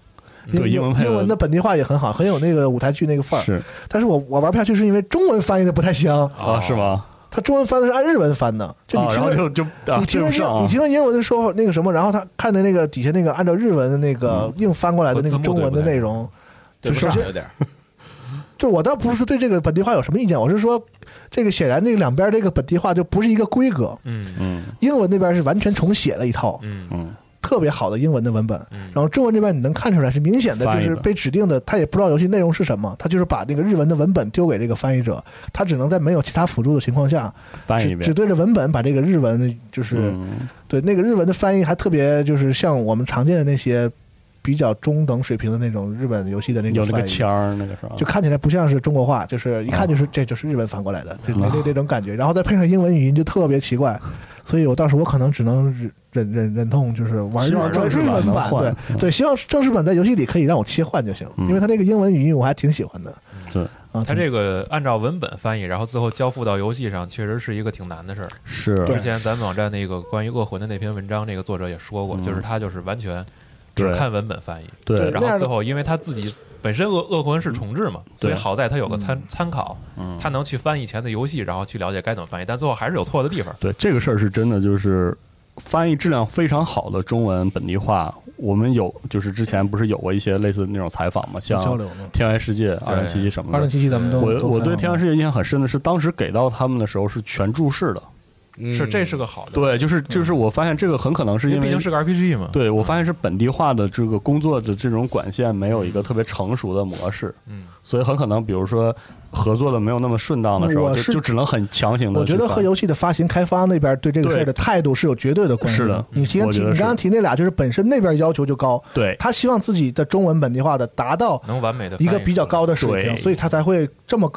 对英文配得
英文的本地化也很好，很有那个舞台剧那个范儿。
是
但是我我玩不下去，是因为中文翻译的不太香。
啊，是吗？
它中文翻的是按日文翻的，就你
啊
听
然
着
后就就啊
你
对
听
不
着
上
英，
啊
你听着英文的说法那个什么，然后他看着那个底下那个按照日文的那个
嗯
硬翻过来的那个中文的内容，就首先
有点儿，
就我倒不是对这个本地化有什么意见，我是说这个显然这个两边这个本地化就不是一个规格，
嗯
嗯
英文那边是完全重写了一套
嗯
嗯
特别好的英文的文本，
嗯
然后中文这边你能看出来是明显的就
翻译
是
的
被指定的，他也不知道游戏内容是什么，他就是把那个日文的文本丢给这个翻译者，他只能在没有其他辅助的情况下，
翻译一
只只
遍，
对着文本把这个日文的就是。
嗯
对，那个日文的翻译还特别，就是像我们常见的那些比较中等水平的那种日本游戏的那
有
个
那个
翻译，
腔儿，那个是吧？
就看起来不像是中国
啊
话，就是一看就是、这就是日本翻过来的，就那那那种感觉，然后再配上英文语音就特别奇怪，所以我当时我可能只能忍忍忍忍痛，就是玩
希
日
望
玩日
正式版
文
能
版，
换
对
嗯
对，希望正式版在游戏里可以让我切换就行，
嗯
因为它那个英文语音我还挺喜欢的，
是
啊，
他这个按照文本翻译，然后最后交付到游戏上，确实是一个挺难的事儿。
是
对
之前咱们网站那个关于恶魂的那篇文章，那个作者也说过，
嗯
就是他就是完全
对
只看文本翻译，
对
然
那
后
样
最后因为他自己本身恶恶魂是重置嘛，所以
嗯对
好在他有个参参考，
嗯
他能去翻以前的游戏，然后去了解该怎么翻译，但最后还是有错的地方。
对这个事儿是真的，就是翻译质量非常好的中文本地化。我们有就是之前不是有过一些类似那种采访嘛，像
交
《
流嘛。
天外世界》二零七七什么
二零
的。
七七咱们都
嗯我
都
我
采
对《
访
天外
过
世界》印象很深的是，当时给到他们的时候是全注释的。
嗯
是这是个好的，，
嗯对，就是就是我发现这个很可能是
因
因
为
为
毕竟是个 RPG 嘛，
对，我发现是本地化的这个工作的这种管线没有一个特别成熟的模式，
嗯，
所以很可能，比如说合作的没有那么顺当的时候，
我
就是就只能很强行的。
我觉得和游戏的发行开发那边对这个事儿的态度是有绝对的关系。
是的
你提前
我
提
觉得
你
是哎
刚刚提那俩，就是本身那边要求就高，
对
他希望自己的中文本地化的达到
能完美的
一个比较高的水平，
对
所以他才会这么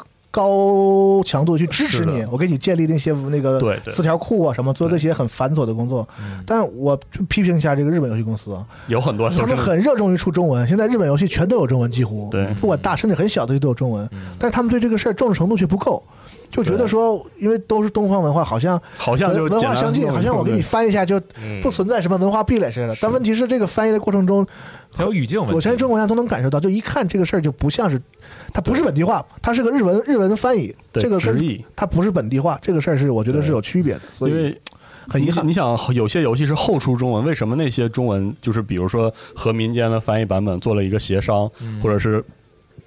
高强度去支持
是的
你。我给你建立那些那个
对对嗯
四条库啊什么，做这些很繁琐的工作。但我就批评一下这个日本游戏公司，啊，
有很多
他们很热衷于出中文，现在日本游戏全都有中文，几乎
对嗯
不管大甚至很小的都有中文，但是他们对这个事儿重视程度却不够。就觉得说，因为都是东方文化，好像
好像就
文文
简
化
单嗯
相近，
弄
好像我给你翻一下就不存在什么文化壁垒似的。但问题是，这个翻译的过程中，
还有语境问题，
我相信中国人都能感受到，就一看这个事儿就不像是，它不是本地化，它是个日文日文翻译，
对
这个
直
跟
译，
它不是本地化，这个事儿是我觉得是有区别的，所
因
以
为
很遗憾
你。你想，有些游戏是后出中文，为什么那些中文就是比如说和民间的翻译版本做了一个协商，
嗯
或者是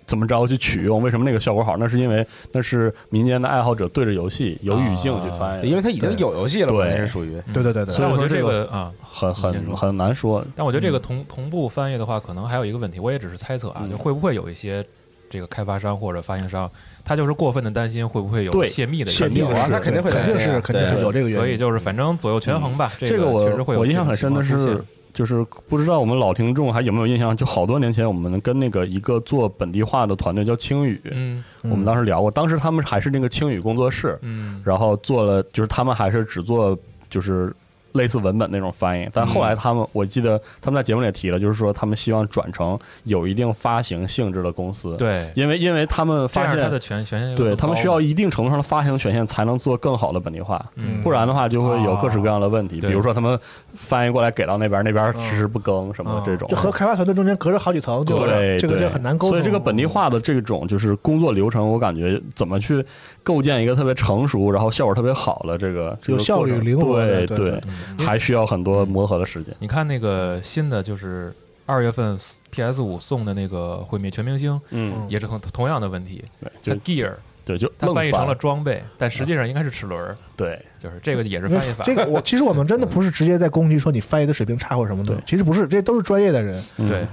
怎么着去取用？为什么那个效果好？那是因为那是民间的爱好者对着游戏有语境去翻
啊
译的，
因为它已经
对
有游戏了嘛，
对
那是属于
对对对对
所以
但我觉得
说这
这
个
个啊，
很
你先
很
说
很难说。
但我觉得这个同同步翻译的话，可能还有一个问题，我也只是猜测啊，
嗯
就会不会有一些这个开发商或者发行商，他就是过分的担心会不会有
对
泄密的
泄
一
密
个
有
问
啊
啊
题，
是他肯定会
肯定
这
是
样
肯定是
对
有这个原
所以
因。
就是反正左右权衡吧。
嗯这
个确实
我
会有
我印象
这种
很
情
深的
况出
是
现，
就是不知道我们老听众还有没有印象，就好多年前我们跟那个一个做本地化的团队叫青宇，
嗯
我们当时聊过，当时他们还是那个青宇工作室，
嗯，
然后做了就是他们还是只做就是类似文本那种翻译，但后
嗯
来他们、我记得他们在节目里也提了，就是说他们希望转成有一定发行性质的公司，，
对，
因为因为他们
这
发
样他
现
的权权限就
对
更
他们
高
需要
嘛
一定程度上的发行权限才能做更好的本地化，
嗯
不然的话就会有各式各样的问
啊
题，比
对嗯
如说他们翻译过来给到那边，那边迟迟不更什么的
啊
这种。
就和开发团队中间隔着好几层，就
对，
这个
对
这很难沟通。
所以这个本地化的这种就是工作流程，我感觉怎么去构建一个特别成熟，然后效果特别好的这个这个
有效率
过程
灵活的
对
对对嗯
还需要很多磨合的时间。
你看那个新的就是二月份 PS 五送的那个《毁灭全明星》，
嗯，
也是同同样的问题，
对，
它
就
哎
Gear
对就
它
愣
翻译成了装备，但实际上应该是齿轮儿，
对
就是这个也是
因为
翻译法。
这个我其实我们真的不是直接在攻击说你翻译的水平差或什么的
对，
其实不是，这都是专业的人。
嗯
对，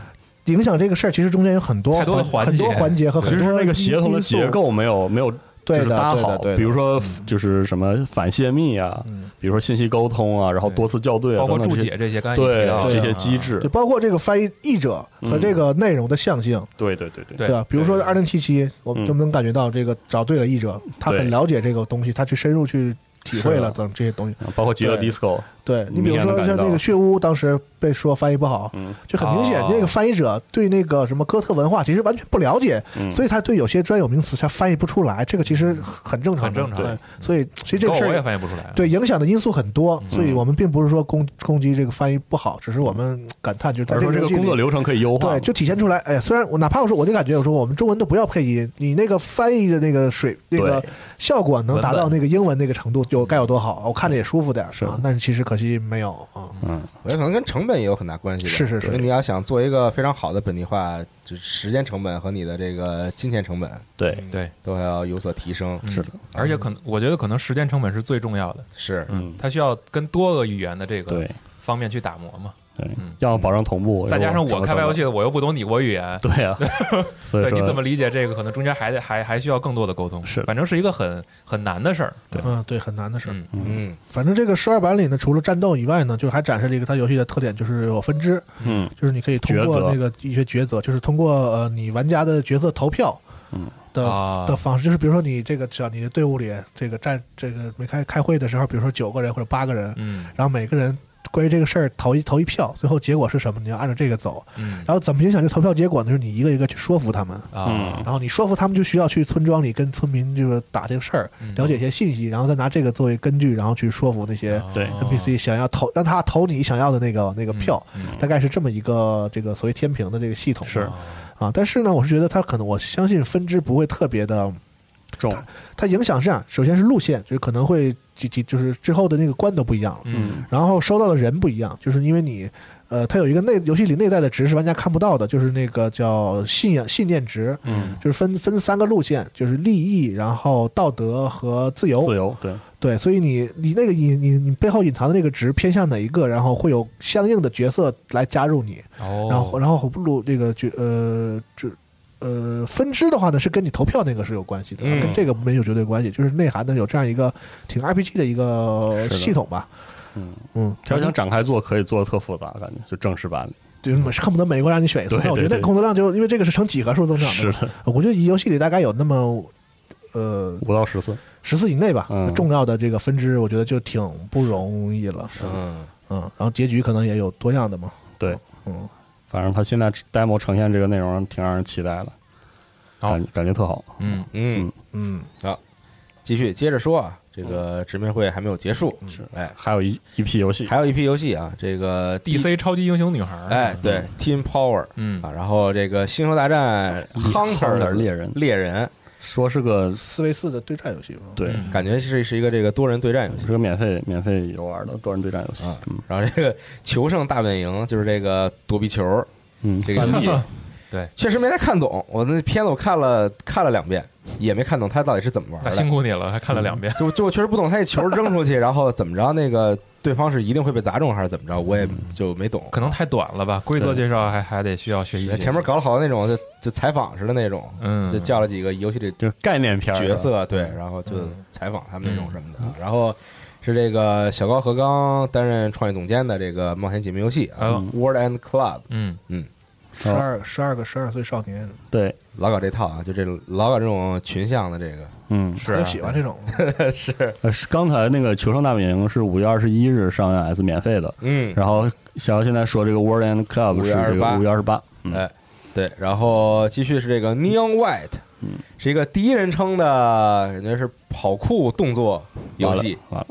影响这个事儿，其实中间有很多
太多的环
环很
节
多环节和
其
很
实
多
那个协同的
因素
结构没有没有就
对
是
的
搭
对的
好
对，的嗯
比如说就是什么反泄密啊，比如说信息沟通啊，然后
对
多次校对啊，
包括
等
注
等这些
解这些，刚才你提
对
到的
这
啊
些机制
对，，包括这个翻译译者
嗯
和这个内容的象性，
对对对对
对
对吧？比如说
对
二零七七，我们
嗯
就能感觉到这个找对了译者，他很
对
了解这个东西，他去深入去体会
是
了
的
等这些东西。
包括极乐
对
disco，
对你比如
明显
说
地感
像
觉到
那个血屋，当时被说翻译不好，
嗯
就很明显，
哦
那个翻译者对那个什么哥特文化其实完全不了解，
嗯
所以他对有些专有名词他翻译不出来，这个其实很正常的，
很正常
对所以其实这
狗
个事
我
儿
也翻译不出来。
对，影响的因素很多，
嗯
所以我们并不是说攻攻击这个翻译不好，只是我们感叹，就是在
而
这
说
个
这
游
个
戏里
工作流程可以优化嘛，
对，就体现出来。哎呀，虽然我哪怕我说我就感觉，我说我们中文都不要配音，你那个翻译的那个水那个
对
效果能达
文
到
本
那个英文那个程度，有该有多好，我看着也舒服点儿。
是
啊，但是其实可惜没有啊。
嗯。
我觉得可能跟成本也有很大关系的。
是是是
所以你要想做一个非常好的本地化，就是时间成本和你的这个金钱成本
对，
对，
都还要有所提升。
嗯
是的，
而且可能我觉得可能时间成本是最重要的，
是，
嗯
它需要跟多个语言的这个
对
方面去打磨嘛，
对
嗯，
要保证同步，
再加上我开发游戏
然
的，我又不懂你国语言，
后什么等等，对啊，所以
对，
说
你怎么理解这个？可能中间还得还还需要更多的沟通，
是
反正是一个很很难的事儿。
对
嗯，对，很难的事儿。
嗯
嗯，
反正这个十二版里呢，除了战斗以外呢，就还展示了一个它游戏的特点，就是有分支，
嗯
就是你可以通过
抉择
那个一些抉择，就是通过呃你玩家的角色投票，
嗯
的
啊
的方式，就是比如说你这个只要你的队伍里这个战这个没开开会的时候，比如说九个人或者八个人，
嗯
然后每个人关于这个事儿投一投一票，最后结果是什么，你要按照这个走。
嗯
然后怎么影响这投票结果呢？就是你一个一个去说服他们，
啊，
然后你说服他们就需要去村庄里跟村民就是打这个事儿，
嗯
了解一些信息，然后再拿这个作为根据，然后去说服那些
啊
对
NPC 想要投让他投你想要的那个那个票。大概是这么一个这个所谓天平的这个系统啊
是
啊，但是呢，我是觉得它可能我相信分支不会特别的
重，
它影响是这样，首先是路线，就是可能会几几，就是之后的那个关都不一样了，
嗯，
然后收到的人不一样，就是因为你，呃，它有一个内游戏里内在的值是玩家看不到的，就是那个叫信仰信念值，
嗯，
就是分分三个路线，就是利益，然后道德和自由。
自由对，
对，所以你你那个你你你背后隐藏的那个值偏向哪一个，然后会有相应的角色来加入你，
哦，
然后然后路这个角呃这呃分支的话呢，是跟你投票那个是有关系的，
嗯
跟这个没有绝对关系，就是内涵的有这样一个挺 RPG 的一个
是的
系统吧。
嗯，
嗯，
他要想展开做，可以做的特复杂，感觉就正式版里
对，恨不得每个让你选一次
嗯对。
但我觉得
对
那
对
工作量就因为这个是成几何数
啊
增长的
是
嘛，
的，
我觉得游戏里大概有那么呃
五到十次，
十次以内吧，
嗯
重要的这个分支，我觉得就挺不容易了。
嗯，
嗯，然后结局可能也有多样的嘛。
对，
嗯，
反正他现在 demo 呈现这个内容挺让人期待的，
好
感感觉特好，
嗯，
嗯，
嗯，
继续接着说啊，这个直面会还没有结束，
是
哎，
还有一一批游戏，
还有一批游戏啊，这个
DC 超级英雄女孩儿，
哎，对，Team Power
嗯，
啊，然后这个《星球大战》
Hunter
Hunter
猎人
猎人，
说是个
四 v 四的对战游戏嘛。
对，
嗯
感觉是是一个这个多人对战游戏
是。个免费免费游玩的多人对战游戏
啊，
嗯
然后这个求胜大本营就是这个躲避球
嗯，
这个游戏，
对，
确实没太看懂。我那片子我看了看了两遍，也没看懂它到底是怎么玩
那
的
辛。苦你了，还看
嗯
了两遍，
就就我确实不懂，他这球扔出去，然后怎么着，那个对方是一定会被砸中还是怎么着，我也就没懂。
嗯可能太短了吧，规则介绍还还得需要学习学习。
前面搞了好多那种就就采访似的那种，
嗯，
就叫了几个游戏里
就是概念片儿
角，色，对，然后就
嗯
采访他们那种什么的啊。然后是这个小高和刚担任创意总监的这个冒险姐妹游戏啊
哦
，World and Club
嗯
十
哦
二十二个十二岁少年，
对，嗯
老搞这套啊，就这种老搞这种群像的这个
嗯，
是
我
啊
就喜欢这种。
是，
呃，是刚才那个《求生大本营》是五月二十一日上映，S 免费的。
嗯，
然后小姚现在说这个 World and Club
5
是
月
这个
28
五月二十八，嗯，
哎，对，然后继续是这个 Neon White，
嗯
是一个第一人称的，感觉是跑酷动作游戏，
完了，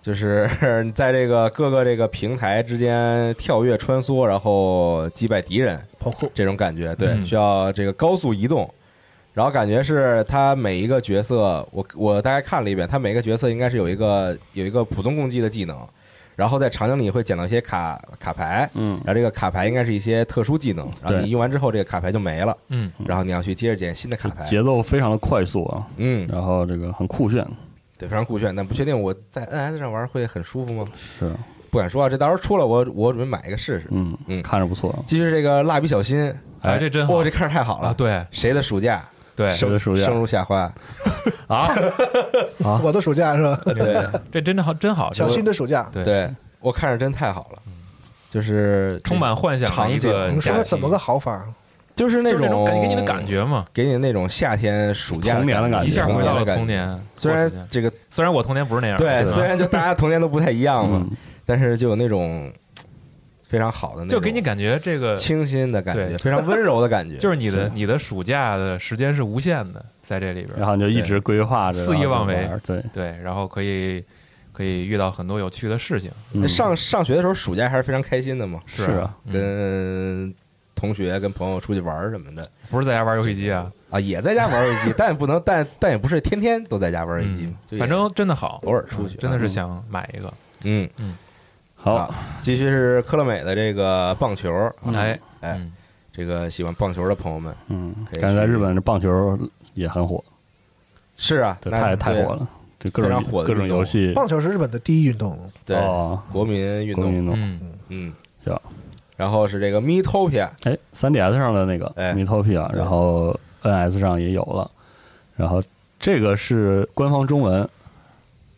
就是你在这个各个这个平台之间跳跃穿梭，然后击败敌人
跑酷，
这种感觉，对，
嗯
需要这个高速移动。然后感觉是他每一个角色，我我大概看了一遍，他每个角色应该是有一个有一个普通攻击的技能，然后在场景里会捡到一些卡卡牌，
嗯
然后这个卡牌应该是一些特殊技能，然后
对
你用完之后这个卡牌就没了，
嗯，
然后你要去接着捡新的卡
这
牌。
节奏非常的快速啊，
嗯，
然后这个很酷炫，
对，非常酷炫，但不确定我在 NS 上玩会很舒服吗？
是，
不敢说啊，这到时候出了我我准备买一个试试。
嗯
嗯
看着不错，
继续这个蜡笔小新，
哎，这真好
哇，这看着太好
啊，
了，
对哎
谁的暑假
对，
谁的暑假
生如夏花，
啊啊，
我的暑假是吧？
对
这真的好真好，
小
这
新的暑假，
对嗯
对，我看着真太好了，就是
充满幻想的一个
场景
你说
假
说
期
怎么个好法？
就是那
就是那
种
种感觉给你的感，觉嘛，
给你那种夏天暑假
童年的感觉
一下回到
的
了
感觉
童。年。
虽
我
然
时间
这个
虽然我童年不是那样，
对，
嗯
虽然就大家童年都不太一样嘛，
嗯，
但是就有那种嘖非常好的那种，
就给你感觉这个
清新的感觉，
对
非常温柔的感觉。
就是你的
是
你的暑假的时间是无限的，在这里边
然
儿，
后你就一直规划着
肆意妄为，
然后就玩
对，然后可以可以遇到很多有趣的事情，
对，嗯
上上学的时候，暑假还是非常开心的嘛，
是
是
啊，
嗯
跟同学、跟朋友出去玩儿什么的
不是在家玩游戏机啊，
啊，也在家玩儿游 戏，但不能，但但也不是天天都在家玩儿游戏
嗯
嘛，就也
反正真的好，
偶尔出去
嗯真的
啊
是想买一个，
嗯
好，，
继续是科乐美的这个棒球，
嗯
哎
哎
嗯
这个喜欢棒球的朋友们
嗯，
可以
感觉在
去
日本这棒球也很火，
是啊，
这
那对
太太火了，这各
非常
种
火的
各种
运动
游戏，
棒球是日本的第一运动，
对
哦，
国民运
国
动
民，运动。
嗯
嗯，
行
然后是这个 Metopia，
哎，3 DS 上的那个
哎
Metopia，
对
然后 NS 上也有了，然后这个是官方中文，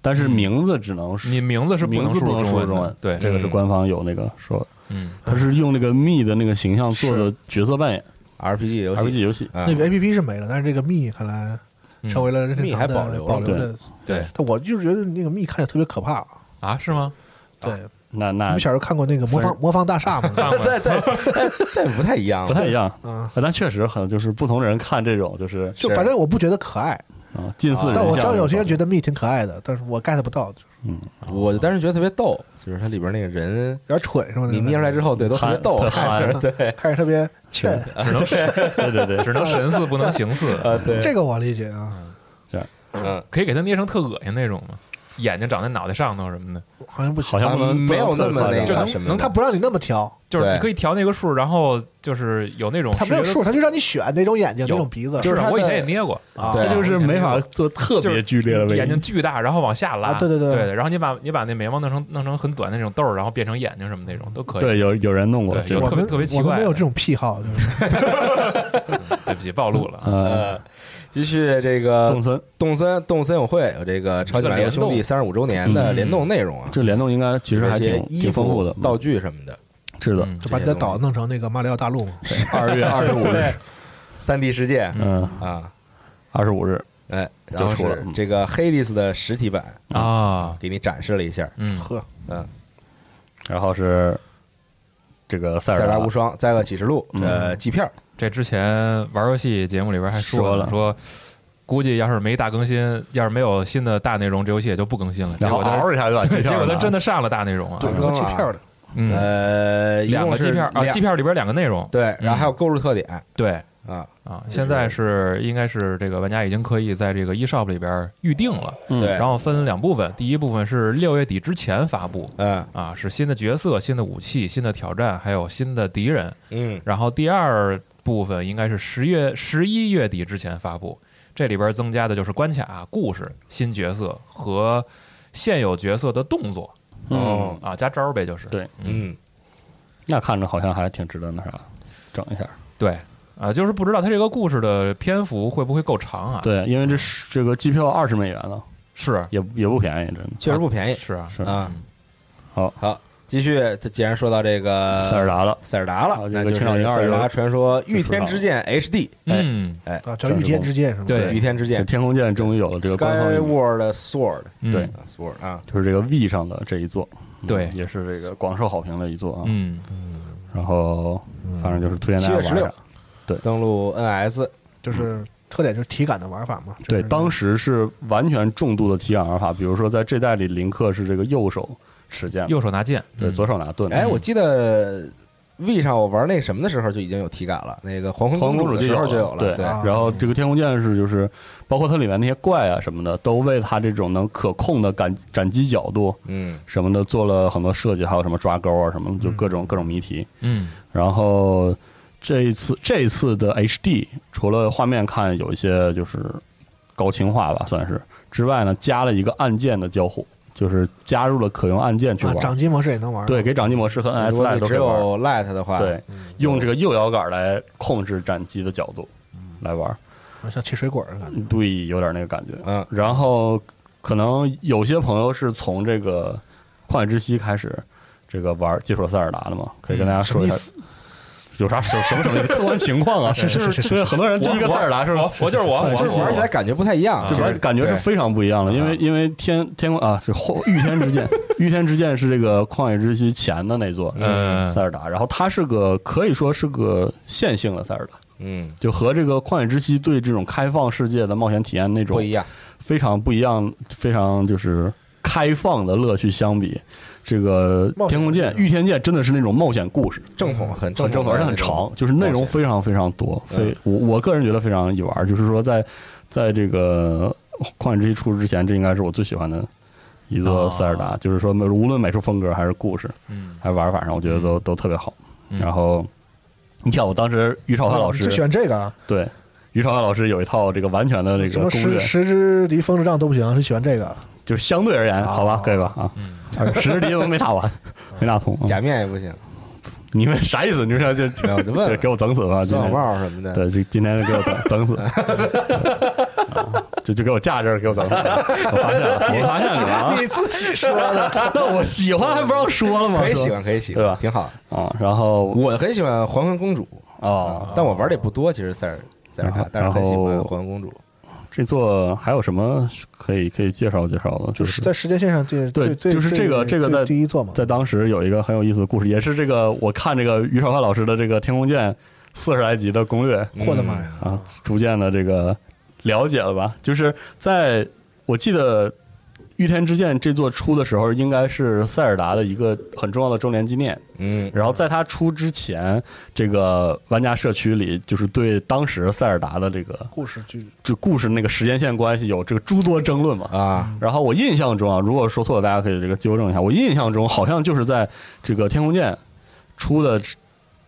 但是
嗯
名字只能
你嗯
是
名字是
名
能
字不能
中
说
文的，对，
这个是官方有那个说，
嗯，
它是用那个 me 的那个形象做的角色扮演
RPG 游戏
RPG 游戏，
啊
那个 A P P 是没了，但是这个 Me 看来
嗯
成为了任天
密
堂
还
的
保留了
保留的。
对
但我就是觉得那个 Me 看着特别可怕。
啊，是吗？
对，
那
你
那
们小时候看过那个魔方魔方大厦吗？
看过
对对，但但不太一样，
不太一样，哎
啊，
但确实很就是不同人看这种就是
就是反正我不觉得可爱，
啊近似人
但
像
我
那
知
种，
道有些人觉得 Me 挺可爱的，但是我 get 不到，就是
我当时觉得特别逗，就是它里边那个人，
有点蠢是吗？
你捏出来之后，对，都特别
嗯憨
逗
特，憨
看着对，
看着特别欠，
只能
对对对，
只能神似不能形似，
啊对，
这个我理解啊。
嗯，
可以给他捏成特恶心那种吗？眼睛长在脑袋上头什么的，
好像不行，
好像不能
嗯没有那么那
就
个
能
什么
能
的，
他不让你那么挑，
就是你
对
可以调那个数，然后就是有那种
他没有
视觉
数，
的
他就让你选哪种眼睛、
有
哪种鼻子，
就是
他的
我以前也捏过，
啊，
对
他就是没法做特别剧烈的位
眼睛
置，
巨大，然后往下拉，
啊对对对
对然后你把你把那眉毛弄成弄成很短的那种豆儿，然后变成眼睛什么那种都可以。
对，有有人弄过
对
这
有
种
我
特别
们
特别奇
我们
怪啊
没有这种癖好，就是
对不起，暴露了啊。
呃，
呃，继续这个
动森
动森动森友会有这个超级马里奥兄弟
联动
三十五周年的
嗯
联动内容啊，
这联动应该其实还
这些
挺
衣
挺丰富
服
的，嗯
道具什么的。
是的，
嗯
就把你的岛弄成那个马里奥大陆嘛，
二月二十五日
对，三 D 世界
嗯，
啊，
二十五日，
哎，然后
就出了
是
嗯
这个 Hades 的实体版
啊，
给你展示了一下，
嗯，
呵，
嗯，
然后是这个塞
塞
尔
尔达
达
无双、灾厄启示录
嗯
的季票，
这之前玩游戏节目里边还
说
了
了
说。估计要是没大更新，要是没有新的大内容，这游戏也就不更新了。结
然后
果它，
嗷一下就把机
对
票
结果它
拿
真的上了大内容啊！
对，
嗯
有个弃票的，
嗯，
呃，一
两
共
个
是
机票啊，
两
机票里边两个内容，
对，
嗯
然后还有购入特点
对
啊，
啊，现在是应该是这个玩家已经可以在这个 eShop 里边预定了，
嗯
对，
然后分两部分，第一部分是六月底之前发布
嗯
啊，是新的角色、新的武器、新的挑战，还有新的敌人。
嗯
然后第二部分应该是十月十一月底之前发布，这里边增加的就是关卡、故事、新角色和现有角色的动作
嗯，
哦
啊，加招儿呗，就是
对
嗯，
那看着好像还挺值得那啥，整一下。
对啊，就是不知道他这个故事的篇幅会不会够长啊？，
对，因为这是这个机票二十美元了，
是啊
也也不便宜，真的。
确实不便宜
是啊，
是
啊
嗯。
好
好，继续，这既然说到这个
塞尔达了，
塞尔达
啊
了，
这
那就
个
是
青少年
塞
二
尔
游
达传说御
出来
天
了
之剑 HD，哎，
嗯，
啊，叫御天之剑是吗？
对
御天之
这
剑
天空舰终于有了这个官方语，
Skyward Sword
嗯
对
啊 Sword 啊，
就是这个 V 上的这一座，嗯
对
也是这个广受好评的一座啊。
嗯，
然后反正就是推荐
七
大
月
家
十
玩
六
上。
登录 NS，
就是特点就是体感的玩法嘛，就是
对，当时是完全重度的体感玩法，比如说在这代里，林克是这个右手使剑，
右手拿剑，
对，
嗯
左手拿盾。
哎，我记得 V 上我玩那什么的时候就已经有体感了，那个嗯黄昏
黄昏
公
公
主
主
的时候就有了，
对，
对，
啊
然后这个天空剑士就是，包括它里面那些怪啊什么的，都为它这种能可控的感斩击角度
嗯，
什么的做了很多设计，还有什么抓钩啊什么的，就各种各种谜题。
嗯
然后这一次这一次的 HD，除了画面看有一些就是高清化吧，算是之外呢，加了一个按键的交互，就是加入了可用按键去
啊
玩。，
掌机模式也能玩，
对，，给掌机模式和
如
NS
果
来
你
都
只
可以玩。
有 Light 的话，
对，用这个右摇杆来控制斩击的角度来玩。
像切水果儿的啊感觉，
对，有点那个感觉。
嗯
然后可能有些朋友是从这个《旷野之息》开始，这个玩接触了塞尔达的嘛，可以跟大家说一下
嗯什，
有啥什什么什么客观情况啊？是
是是是
对，很多 人就一个塞尔达是吧
我？我就是
哦
我，我
就是玩起来感觉不太一样，
就
其
玩
实
感觉是
对
非常不一样的，因为因为天天空啊是后御天 之剑，御天之剑是这个旷野之息前的那座
嗯
塞尔达，然后它是个可以说是个线性的塞尔达，
嗯
就和这个旷野之息对这种开放世界的冒险体验那种
不一样，
非常不一样，非常就是开放的乐趣相比，这个
冒险
天空
故
剑、
事
御天剑真的是那种冒险故事，
正统很
很正
统，
统，而且很长，，就是内容非常非常多，
冒险
非我我个人觉得非常易玩。就是说在，在这个旷野之息出之前，这应该是我最喜欢的一座
啊
哦
塞尔达，就是说无论美术风格还是故事
嗯，
还是玩法上，我觉得都、都特别好。
嗯
然后你像我当时于朝
啊
华老
就
师、
选这个啊，
对。于朝华老师有一套这个完全的这
什
个
么
攻略
十，十只离风之杖都不行，是喜欢 这个，
就是相对而言，
哦
好吧，可以吧啊，
嗯
十敌我没打完，没打通。嗯
假面也不行，
你们啥意思？你们这就
没有我就问
就
了
给我整死吧！啊今
钻小
天
帽什么的，
对，就今天给我整整死，啊就就给我架这儿，给我整死。我发现了，我发现了啊！
你自己说的，
那我喜欢还不让说了吗？
可以
是吧
喜欢可以喜欢，
对吧
挺好。
啊，然后
我很喜欢黄昏公主，啊
哦，
但我玩的也不多，其实塞尔塞尔达，但是很喜欢
然后
黄昏公主。
这座还有什么可以可以介绍介绍的？就
就是是在时间线上这
对
最最
就是这个
最
这个在
最第一座嘛，
在当时有一个很有意思的故事，也是这个我看这个于少华老师的这个《天空剑》四十来集的攻略，
我的妈
嗯
呀，
呃啊，逐渐的这个了解了吧？就是在我记得御天之剑》这座出的时候，应该是塞尔达的一个很重要的周年纪念。
嗯，
然后在它出之前，这个玩家社区里就是对当时塞尔达的这个
故事剧
就故事那个时间线关系有这个诸多争论嘛。
啊，
然后我印象中啊，如果说错了，大家可以这个纠正一下。我印象中好像就是在这个《天空剑》出的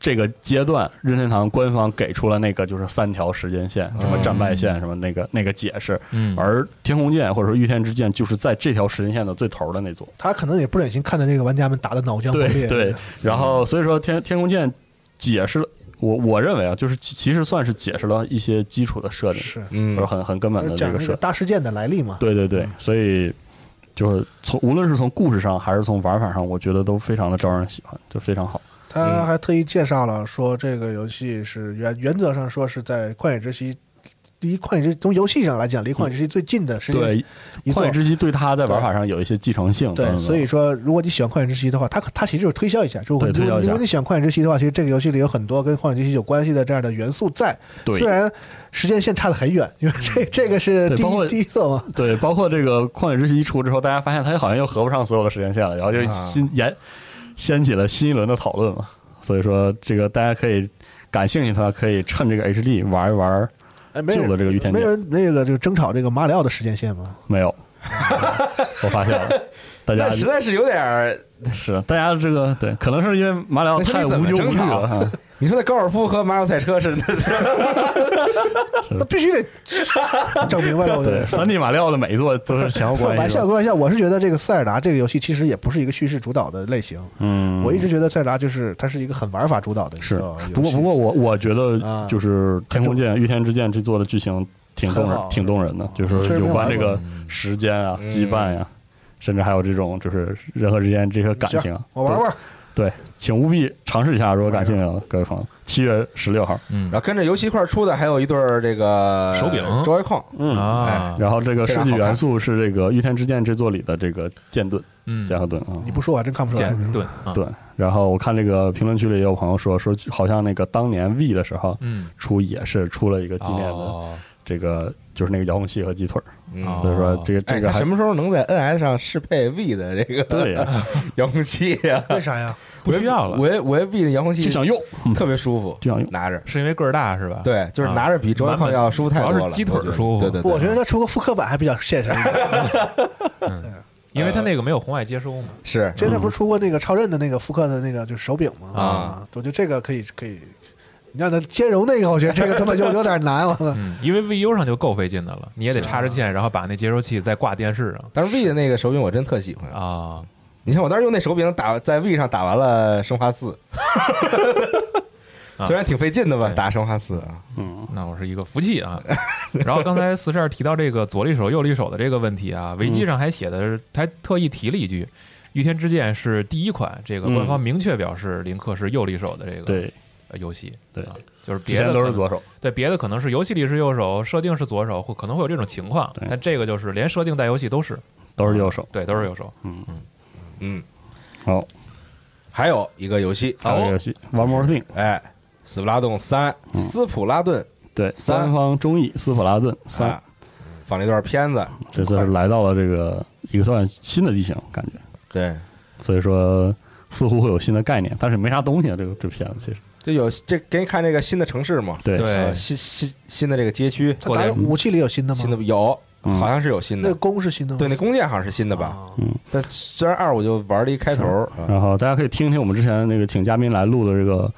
这个阶段，任天堂官方给出了那个就是三条时间线，什么战败线，
嗯
什么那个那个解释。
嗯，
而《天空剑》或者说《御天之剑》就是在这条时间线的最头的那座。
他可能也不忍心看着这个玩家们打的脑浆崩裂。
对对，然后所以说天天空剑解释了，我我认为啊，就是其其实算是解释了一些基础的设定，
是
嗯
或者，很很根本的这
讲
个
那
设
个大事件的来历嘛。
对对对，所以就是从无论是从故事上还是从玩法上，我觉得都非常的招人喜欢，就非常好。
他还特意介绍了说，这个游戏是原原则上说是在《旷野之息》离《旷野之息》从游戏上来讲，离《旷野之息》最近的时间
对，
一
旷
座
野。之息对它在玩法上有一些继承性，
对，所以说，如果你喜欢《旷野之息》的话，它它其实就是推销一下，就
对推销一下
如果你喜欢《旷野之息》的话，其实这个游戏里有很多跟《旷野之息》有关系的这样的元素在。虽
对嗯
然时间线差得很远，因为这这个是
对
第
包括
一第一作嘛，
对，包括这个旷野之息一出之后，大家发现它好像又合不上所有的时间线了，然后就
啊
新延掀起了新一轮的讨论嘛。所以说，这个大家可以感兴趣的话，可以趁这个 HD 玩一玩。
哎，没有
旧的这个御天
没
剑
有人那个就争吵这个马里奥的时间线嘛，
没有，我发现了，大家
那实在是有点儿，
是大家这个对，可能是因为马里奥
那兄弟
太
怎
无
么
忧无
争
虑
吵
了哈。
你说那高尔夫和马里奥赛车 是
那必须得整明白 了，我觉
对，
得。
三 D 马里奥的每一座都是前 后关
玩
系
笑
的。
归玩笑，我是觉得这个塞尔达这个游戏其实也不是一个叙事主导的类型，
嗯，
我一直觉得塞尔达就是它是一个很玩法主导的。
是
你知道吧，
不过不过我我觉得
啊
就是《天空剑》《御天之剑》这座的剧情挺动
很
人，
好嗯
挺动人的，就
确
是
实没
有
有
关
玩
这
过
个时间啊、
嗯
羁绊呀，甚至还有这种就是人和之间这些感情啊
行。我玩玩，
对，对，请务必尝试一下，如果感兴趣的各位朋友，七月十六号，
嗯
然后跟着游戏一块儿出的还有一对儿这个
手柄
Joy-Con，
嗯。
啊，
然后这个
非
设
常
计
好看
元素是这个《御天之剑》这座里的这个剑盾
嗯，
加和盾啊，
你不说我还真看不出来。
剑盾啊，
对，然后我看这个评论区里也有朋友说说，好像那个当年 V 的时候
嗯，
出也是出了一个纪念的
哦
这个，就是那个遥控器和鸡腿儿，
嗯
哦
所以说这个
哎，它
这个还
什么时候能在 NS 上适配 V 的这个
对呀，
遥控器呀？
为啥呀？
不需要了
我我 V 的遥控器
就想用，嗯
特别舒服，
就想用，
拿着。
是因为个儿大是吧？，
对，就是
啊
拿着比 Joy-Con 要舒服太多
主
了，
要是鸡腿
我觉得
舒服
对对对，
我觉得它出个复刻版还比较现实一点。
因为它那个没有红外接收嘛，
是
之前它不是出过那个超任的那个复刻的那个就是手柄吗？
啊
啊，我觉得这个可以可以，你让它兼容那个，我觉得这个他妈就有点难。我操！
嗯，因为 VU 上就够费劲的了，你也
啊
得插着线，然后把那接收器再挂电视上
但是 V 的那个手柄我真特喜欢。
啊，
你像我当时用那手柄打在 V 上打完了生化 四，
啊
虽然挺费劲的吧，
对
打生化四啊，
嗯，
那我是一个福气啊。然后刚才四十二提到这个左利手右利手的这个问题啊，维
嗯
基上还写的是，还特意提了一句，《御天之剑》是第一款这个官方明确表示林克是右利手的这个
嗯对，
呃游戏，
对
啊，就是
之
别
前
的
都
可
是
能
左手，
对别的可能是游戏里是右手，设定是左手，会可能会有这种情况
对，
但这个就是连设定带游戏都是
都是右手，
对，都是右手。
嗯，
嗯，
好，
还有一个游戏，
哦
还有一个游戏《One More Thing》，
哎，斯普拉顿三，斯普拉顿
对，
三
三方忠义斯普拉顿三
啊，，放了一段片子，
这次是来到了这个一个算新的地形感觉，
对，
所以说似乎会有新的概念，但是没啥东西啊，这个这片子其实
这有这给你看这个新的城市嘛，
对
对
呃新新新的这个街区，
它打武器里有新的吗？
新的有，
嗯
好像是有新
那个
的，
弓是新的吗？
对，那弓箭好像是新的吧？
啊
但虽然二我就玩了一开头，啊
然后大家可以听听我们之前那个请嘉宾来录的这个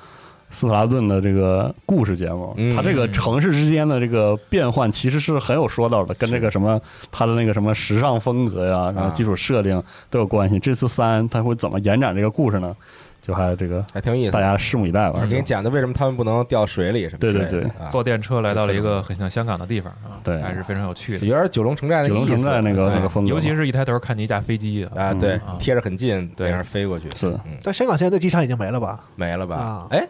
斯普拉顿的这个故事节目，
嗯
它这个城市之间的这个变换其实是很有说道的，跟这个什么它的那个什么时尚风格呀，
啊
然后基础设定都有关系。这次三它会怎么延展这个故事呢？就还这个
还挺有意思
大
的。
家拭目以待吧
我。给你讲的为什么他们不能掉水里什么之类的？
嗯
啊
对对
对，
坐电车来到了一个很像香港的地方啊，
对
还是非常有趣的。
有点九龙城寨那
九
个
龙
意
城
思
寨那个
对
那个风格嘛，
尤其是一抬头看见一架飞机啊，
啊，对
嗯啊，
贴着很近，
对
那样飞过去
是
嗯，
在香港现在那机场已经没了吧？
没了吧
啊？
哎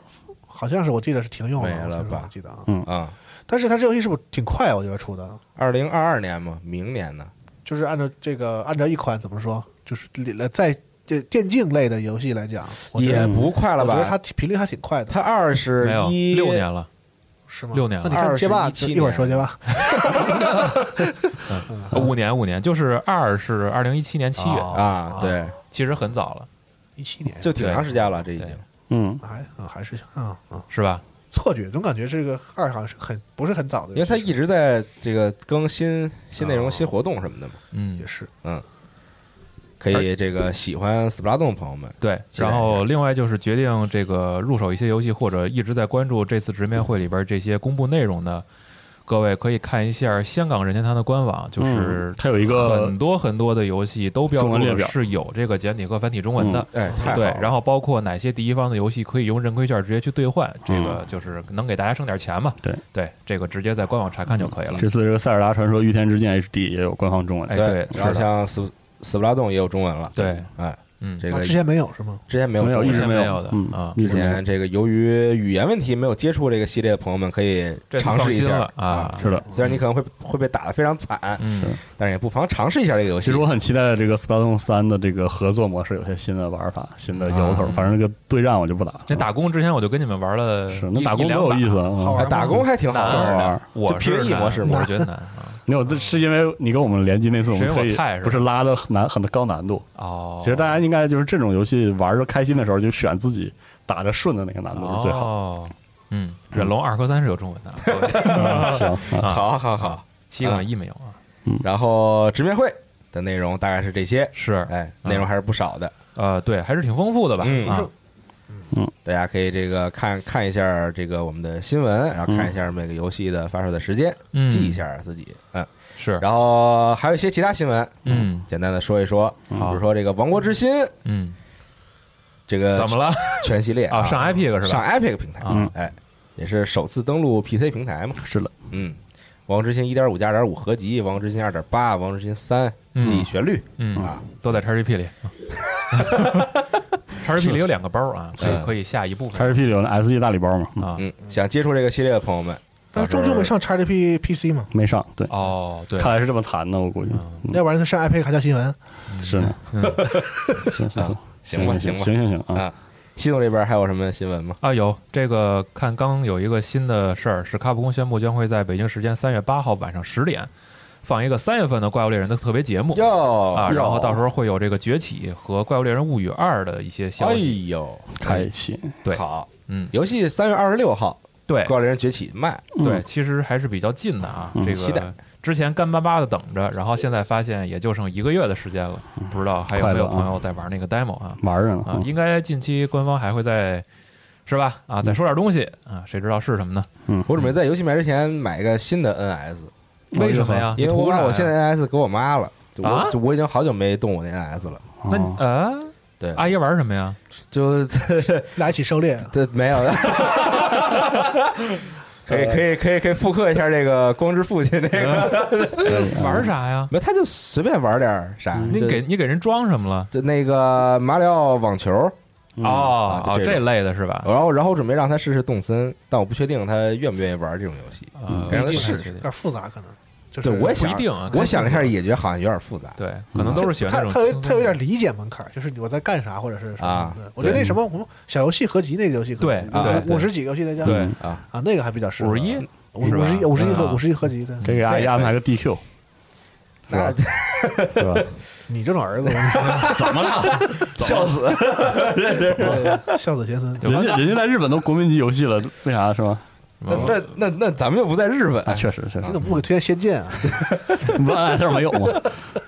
好像是我记得是停用了，
没了
就是
吧
我记得啊。
啊，
但是它这游戏是不是挺快啊？我觉得出的，
二零二二年嘛，明年呢？
就是按照这个按照一款怎么说，就是来在这电竞类的游戏来讲，我觉得
也不快了
我觉得
吧
它？频率还挺快的。
它二十
没有
一
六年了，
是吗？
六年了
那你看街霸，
21
一会儿说街霸。
嗯
呃五年五年，就是二是二零一七年七月，
哦
啊，对，，
其实很早了，
一七年
就挺长时间了，这已经
对
嗯，
还啊还是啊啊，
是吧？
错觉总感觉这个二好像是很不是很早的，
因为他一直在这个更
啊
新新内容、
哦
新活动什么的嘛。
嗯
也，是
可以这个喜欢斯普拉洞的朋友们，
对。
期待一下
然后另外就是决定这个入手一些游戏，或者一直在关注这次直面会里边这些公布内容的各位，可以看一下香港任天堂的官网，就是
嗯它有一个
很多很多的游戏都标
中
注
文列
了
表嗯
是有这个简体和繁体中文的。
哎，太好
对
了，
然后包括哪些第一方的游戏可以用人规券直接去兑换，这个
嗯
就是能给大家省点钱嘛。
对嗯
对，这个直接在官网查看就可以了。
这次这个《塞尔达传说：御天之剑 HD》也有官方中文，
哎
对
对，
然后
是的
像斯斯普拉洞也有中文了，
对，
哎，
嗯，
这
啊，
个
之前没有是吗？
之前没有
没
中
有，一
文
直
之
没
前没有的
嗯
啊
一
之
直没有
前这个由于语言问题没有接触这个系列的朋友们，可以
这次
尝
放
试一
心
下
了。啊，
是的。
虽然你可能会会被打得非常惨，
嗯，
但是也不妨尝试一下这个游戏。
其实我很期待这个《斯巴达三》的这个合作模式，有些新的玩法、新的由头。
啊
反正这个对战我就不打，
那打工之前我就跟你们玩了一，
是那打工
一
多有意，思
好
啊！
哎打工还挺
两把
好
难
好玩
玩
儿
的，
啊我
这
是
PVE
难
模式
我
嘛
是觉得难啊。
没有，这是因为你跟我们联机那次，我们
谁
可
我
以
菜是吧
不是拉的难很高难度。
哦，
其实大家应该就是这种游戏玩的开心的时候，就选自己打着顺的那个难度是最好。
哦，嗯，忍龙二和三是有中文的，各位
嗯行啊，
好好好。
西港一没有啊。
嗯
然后直面会的内容大概是这些，
是，
哎，内
嗯
容还是不少的，
呃，对，还是挺丰富的吧？
嗯
啊，
大家可以这个看看一下这个我们的新闻，然后看
嗯
一下每个游戏的发售的时间，
嗯
记一下自己，嗯。
是，
然后还有一些其他新闻，
嗯
简单的说一说，比
好
如说这个《王国之心》
嗯，
这个
怎么了？
全系列
啊，上 IP 了是
上
吧？
Epic 平台
啊，
哎，也是首次登陆 PC 平台嘛，
是的，
嗯，《王国之心》一点五加点五合集，《王国之心》二点八，《王国之心》三，
嗯
记忆旋律，
嗯，
啊，
都在 XGP 里。XGP 里有两个包啊，可以可以下一部分。
叉 GP 里有那 SE 大礼包嘛，嗯
啊，
嗯，想接触这个系列的朋友们，
但是终究没上 XGP PC 嘛，
没上，对，
哦，对，
看来是这么谈的，我估计嗯
要不然他上 iPad 还叫新闻。
是呢。
嗯
行行
行 吧行
行
吧
行行行啊，
啊。系统这边还有什么新闻吗？
啊，有这个看刚有一个新的事儿，是卡普空宣布将会在北京时间三月八号晚上十点放一个三月份的《怪物猎人》的特别节目
哟
啊，然后到时
候，
候会有这个《崛起》和《怪物猎人物语二》的一些消
哎
息。
呦，嗯
开心，
对
好，
嗯，
游戏三月二十六号，
对
《怪物猎人崛起》卖，
对，
嗯
其实还是比较近的啊。这
期待
个之前干巴巴的等着，然后现在发现也就剩一个月的时间了，
嗯
不知道还有没有
快乐啊
朋友在玩那个 demo 啊？
玩着呢
哦
嗯
啊，应该近期官方还会在。是吧？
嗯
啊，再说点东西啊，谁知道是什么呢？
我准备在游戏买之前买一个新的 NS，
为什么呀？
因为
你
我
图啥
把
呀
我现在 NS 给我妈了，就我、
啊
就我已经好久没动我那 NS 了。
嗯
那你
哦
呃，
对，
阿姨玩什么呀？
就
俩一起狩猎，
这没 有的。可以可以可以可以复刻一下这个光之父亲那
嗯
个，啊
玩啥呀？
没他就随便玩点儿啥，
你
就
给你给人装什么了？
就那个马里奥网球，
嗯
哦
啊
哦，
就这
这
种
类的是吧？
然后然后准备让他试试动森，但我不确定他愿不愿意玩这种游戏。
呃
哦嗯给让
有
他
不
试
太
试
点
确定
有点复杂，可能就是
对，我也
不
想
一定啊看
我想了一下，
性格
也觉得好像有点复杂。
对，可能都是喜欢
他
这种
他
轻
有
松的。
他有点理解门槛，就是你我在干啥或者是什么
啊
的。我觉得那什么我们小游戏合集那个游戏可能，
对
五
对对
五十几个游戏再加
对
啊，
啊，那个还比较适合
五十一，
五
是吧
五十一五十一
嗯啊
合五十一合集的。
给给阿姨
对
安排个 DQ，
那
是吧？
你这种儿子，我跟你 说
怎么了？
笑死！
对，孝子贤孙，
有
人家人家在日本都国民级游戏了， 为啥是吧？
那
嗯
那那那咱们又不在日本
啊，，确实确实
你，怎么不给推荐《仙剑》啊？
你 不哎按这没有吗？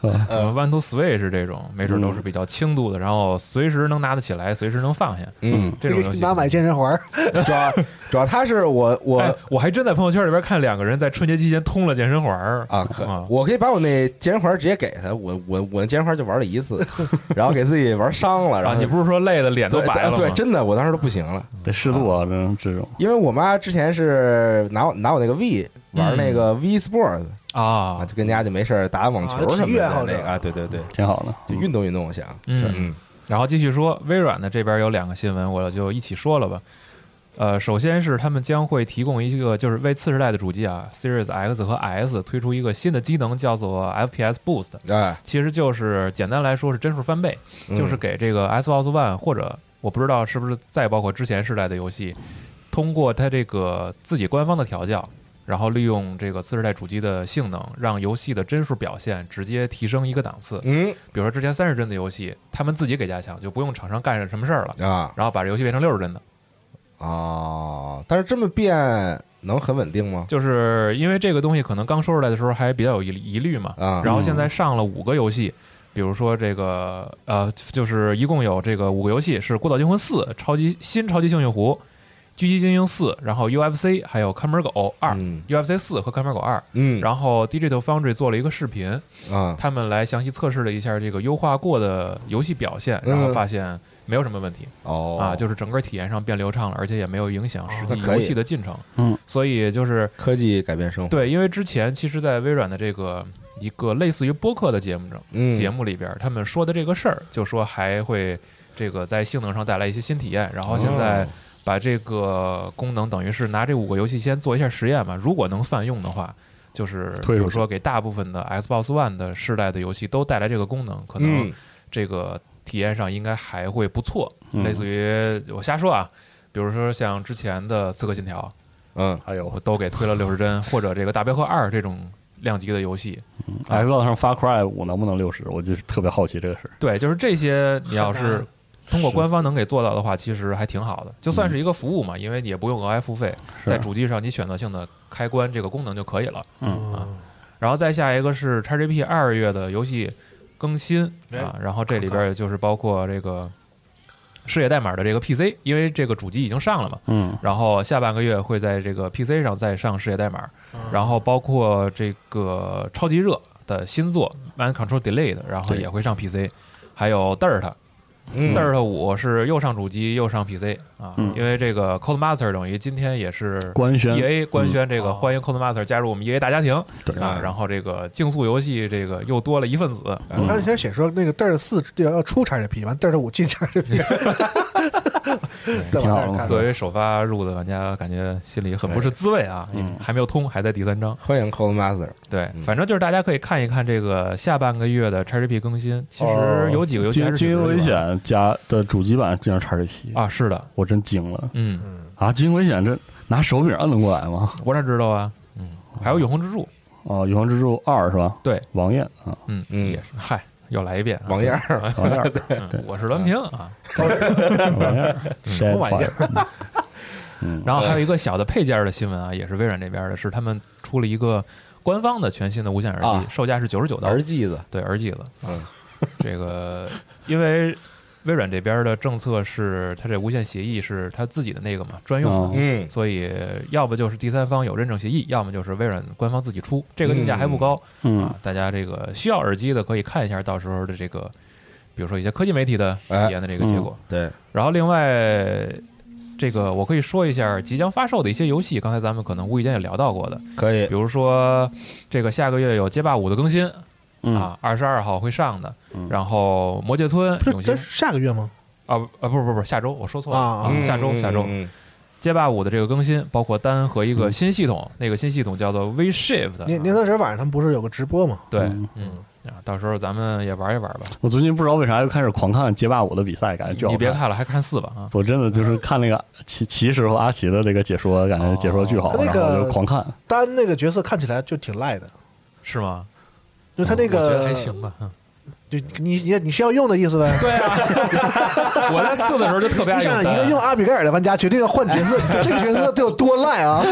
嗯
呃，One to Switch 这种，没准都是比较轻度的，然后随时能拿得起来，随时能放下
嗯，
这种
你
游
给
戏。
妈买健身环儿，
主要主要他是我我
哎，我还真在朋友圈里边看两个人在春节期间通了健身环儿
啊，可
啊
我可以把我那健身环直接给他，我我我那健身环就玩了一 次，然后给自己玩伤了，然
啊！
后
你不是说累的脸都
对
白了吗？
对，真的，我当时都不行了，
得适度啊，这种这种。
因为我妈之前是拿我拿我那个 V 玩那
嗯
个 V Sports 啊，
啊，
就跟家就没事儿打打网球什
啊体
么
育
的
爱好者
那个啊，对对对，
挺好的，
就运动运动，我想，
嗯
嗯
然后继续说，微软呢这边有两个新闻，我就一起说了吧。呃，首先是他们将会提供一个，就是为次世代的主机啊，Series X 和 S 推出一个新的机能，叫做 FPS Boost。
哎，
其实就是简单来说是帧数翻倍，
嗯
就是给这个 Xbox One 或者我不知道是不是再包括之前世代的游戏通过它这个自己官方的调教，然后利用这个次世代主机的性能，让游戏的帧数表现直接提升一个档次。
嗯
比如说之前三十帧的游戏，他们自己给加强，就不用厂商干什么事儿了，
啊
然后把这游戏变成六十帧的。
啊，但是这么变能很稳定吗？
就是因为这个东西可能刚说出来的时候还比较有疑疑虑嘛，
啊，
然后现在上了五个游戏，比如说这个呃，就是一共有这个五个游戏是《孤岛惊魂四》、超级新超级幸运湖、狙击精英四，然后 UFC 还有看门狗二、
嗯
UFC 四和看门狗二。
嗯，
然后 Digital Foundry 做了一个视频，
后啊
他们来详细测试了一下这个优化过的游戏表现，然后
嗯
发现没有什么问题。
哦
啊，就是整个体验上变流畅了，而且也没有影响实际
那可以
游戏的进程。
嗯，
所以就是
科技改变生活，
对，因为之前其实，在微软的这个一个类似于播客的节目中，
嗯
节目里边儿他们说的这个事儿，就说还会这个在性能上带来一些新体验。然后现
哦
在把这个功能等于是拿这五个游戏先做一下实验嘛，如果能泛用的话。就是比
推出去
如说，给大部分的 Xbox One 的世代的游戏都带来这个功能，可能
嗯
这个体验上应该还会不错，
嗯
类似于我瞎说啊，比如说像之前的《刺客信条
嗯
还》，有
我都给推了六十 帧，或者这个《大镖客二》这种量级的游戏，
Xbox 上发 Cry 五能不能六十？我就是特别好奇这个事儿。
对，就是这些，你要
很
是
难
通过官方能给做到的话，其实还挺好的，就算是一个服务嘛，因为你也不用额外付费，
嗯是
在主机上你选择性的开关这个功能就可以了。
嗯，
然后再下一个是 XGP 二月的游戏更新
哎
啊，然后这里边儿也就是包括这个《视野代码》的这个 PC，因为这个主机已经上了嘛，
嗯，
然后下半个月会在这个 PC 上再上《视野代码》，然后包括这个超级热的新作《Man Control Delayed》，然后
对
也会上 PC，还有 Dirt。
嗯
Dirt 五是又上主机又上 PC 啊，
嗯
因为这个 Codemaster 等于今天也是
官宣嗯
EA 官宣这个
哦
欢迎 Codemaster 加入我们 EA 大家庭
对
啊，然后这个竞速游戏这个又多了一份子，啊
嗯
我看之前写说那个 Dirt 四要要出 XGP，完 Dirt 五 进 XGP，再
挺
往
好
那儿看
作为首发入的玩家，感觉心里很不是滋味啊，
哎嗯
还没有通，还在第三章。
欢迎 Cold Master，
对
嗯，
反正就是大家可以看一看这个下半个月的 XGP 更新，其
哦
实有几个游戏还
精
是
精
挺
英
值得
危
一玩
险加的主机版竟然 XGP，
啊，是的，
我真惊了
嗯，
啊！精英危险这拿手柄摁得过来吗？
我哪知道啊，嗯，还有永恒之柱，
哦，永恒之柱二是吧？
对，
王艳啊，
嗯，
嗯
也是，嗨，又来一遍啊，
王燕儿，
王艳，
嗯
对
我是栾平啊，
王艳，什
么玩意
儿？嗯，
然后还有一个小的配件儿的新闻啊，也是微软这边的，是他们出了一个官方的全新的无线耳机，
啊
售价是九十九刀，
儿记子，
对耳机了。
嗯，
这个因为微软这边的政策是，它这无线协议是它自己的那个嘛专
啊
用的，
嗯
所以要不就是第三方有认证协议，要么就是微软官方自己出，这个定价还不高、
嗯
啊。大家这个需要耳机的可以看一下到时候的这个，比如说一些科技媒体的体验的这个结果。
哎
对，
嗯
然后另外，这个我可以说一下即将发售的一些游戏，刚才咱们可能无意间也聊到过的，
可以
比，如说这个下个月有《街霸五》的更新
嗯，
啊，二十二号会上的
嗯，
然后《魔界村》
不
永
是这
兴
是下个月吗？
啊不啊不是不是不是下周我说错了
啊
嗯
下周
嗯
下周《
嗯
街霸五》的这个更新，包括单和一个新系统，那个新系统叫做 V Shift，
年年三十晚上他们不是有个直播吗？
对
嗯
嗯啊，到时候咱们也玩一玩吧，
我最近不知道为啥又开始狂看街霸五的比赛，感觉巨好
你别看了，还看四吧啊。
我真的就是看那个骑骑师和阿奇的那个解说，感觉解说巨好，
哦他那
然
个
后就狂看。
嗯
丹那个角色看起来就挺赖的，
是吗？
就他那
嗯我觉
个
得还行吧。嗯
就你你你是要用的意思呗？
对啊， 我在四的时候就特别
你
爱
想想，
单
一个用啊阿比盖尔的玩家决定要换 角色，你说这个角色得有多赖啊！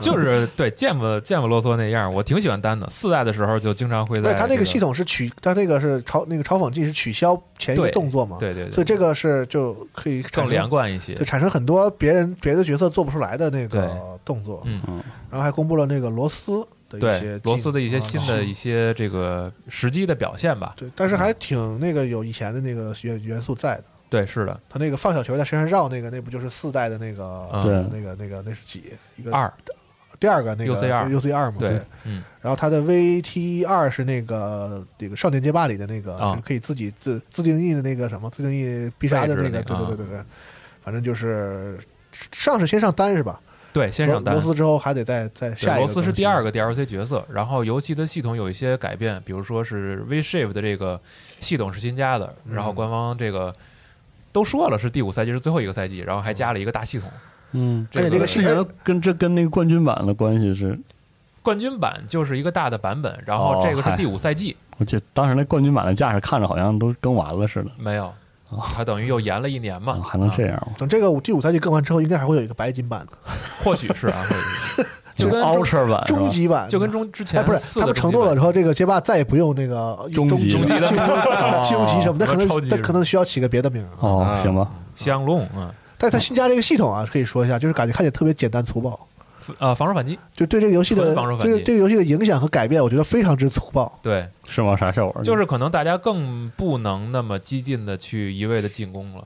就是对见不见不啰嗦那样儿，我挺喜欢单的。四代的时候就经常会
对
在
他那
个
个系，统是取，他那个是嘲那个嘲讽技是取消前一个
对
动作嘛？
对对对，
所以这个是就可以产
更连
生，
贯一些
就。产生很多别人别的角色做不出来的那个
对
动作。
嗯
嗯，
然后还公布了那个罗斯的一些
对罗斯的一些
技
新
能啊
的嗯一些这个时机的表现吧，
对，但是还挺那个有以前的那个元元素在的。
对，是的，
他那个放小球在身上绕那个，那不就是四代的那个、
嗯
对
那个那个那是几一个
二
第二个那个
UC2
UC 二嘛？
对，嗯，
然后它的 VT 二是那个这个少年街霸里的那个，
啊
就是可以自己自自定义的那个什么自定义必杀的那个，
位置
对
的那啊
对
个
对对对，反正就是上是先上单是吧？
对，先上
罗
单
罗。斯之后还得再再
对
下一个。
罗斯是第二，个 DLC 角色，然后游戏的系统有一些改变，比如说是 V Shift 的这个系统是新加的，然后
嗯
官方这个都说了是第五赛季是最后一个赛季，然后还加了一个大系统，
嗯，
而且这个
事情跟这跟那个冠军版的关系是，
冠军版就是一个大的版本，然
哦
后这个是
嗨
第五赛 季，
我觉得当时那冠军版的架势看着好像都更完了似的，
没有
哦，
它等于又延了一年嘛，
啊还能这
啊？
样吗？
哦等这个第五赛季更完之后，应该还会有一个白金版的
或许是啊，或许是 就
就是
跟中
Ultra 版是吧
终极版的，
哎就跟中之
哎
前
不是
四
他
的
们承
终极
诺了
版
之后，这个街霸再也不用那个
终极
终
的
极 了终极什么的，可
什么哦超
能
级
他
是吧
可能需要起个别的名儿。
哦
啊，
行吧，
香龙啊，
但是他新加这个系统啊，可以说一下，就是感觉看起来特别简单粗暴，
呃，防守反击，
就对这个游戏的
纯防守反击
对这个游戏的影响和改变，我觉得非常之粗暴。
对，
是吗？啥效果？
就是可能大家更不能那么激进的去一味的进攻了，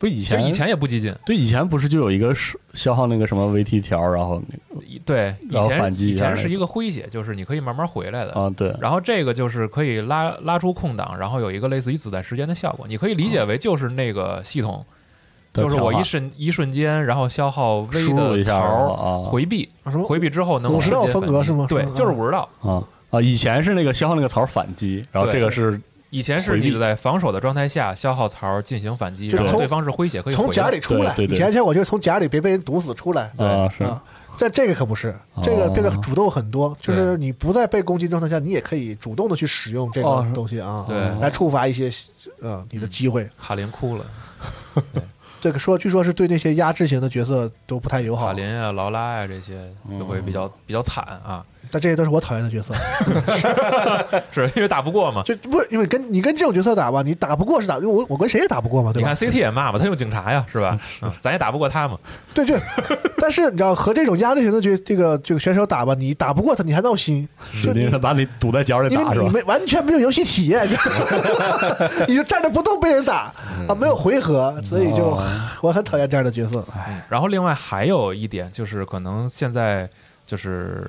不是以
其实
前
以前也不激进，
对以前不是就有一个是消耗那个什么 VT 条，然后那个
以对，以
然后
前
反击
以
一下
前
那
是一个诙谐，就是你可以慢慢回来的，
啊对
然后这个就是可以拉拉出空档，然后有一个类似于子弹时间的效果。你可以理解为就是那个系统，
哦的
就是我
强化
一瞬一瞬间，然后消耗微
输入
的
一下
槽
然后
儿
啊
回避，
啊什么
回避之后能
武士道
瞬间
风格
反击
是吗
对
是吗，
就是武士道。
啊啊！以前是那个消耗那个槽反击，然后
对
这个是
以前是
回避
你在防守的状态下消耗槽儿进行反击，
就是
然后
从
对方是诙谐可以
从
回
甲
来
里出来，
对对
以
对
前以前我就是从甲里别被人毒死出来，
对
啊是
啊但这个可不是，这个变得主动很多，就是你不在被攻击状态下，你也可以主动的去使用这
哦
个
是
东西啊，
对
来触发一些呃你的机会。
卡林哭了，
这个说据说是对那些压制型的角色都不太
哦
友
卡
好，
林啊、劳拉呀、这些就会
嗯
比较比较惨啊，
但这些都是我讨厌的角色，
是因为打不过嘛。
就不是因为跟你跟这种角色打吧，你打不过是打，因为我我跟谁也打不过嘛，对
你
吧
看？CT 也骂嘛，他用警察呀，是吧？嗯咱也打不过他嘛。
对对，但是你知道和这种压制型的角这个这个选手打吧，你打不过他，你还闹心，就你
你把你堵在脚里
因
打
为
是
你
吧？
没完全没有游戏体验，你知道吗你就站着不动被人打啊，没有回合，所以就我很讨厌这样的角色。
哎
嗯然后另外还有一点就是，可能现在就是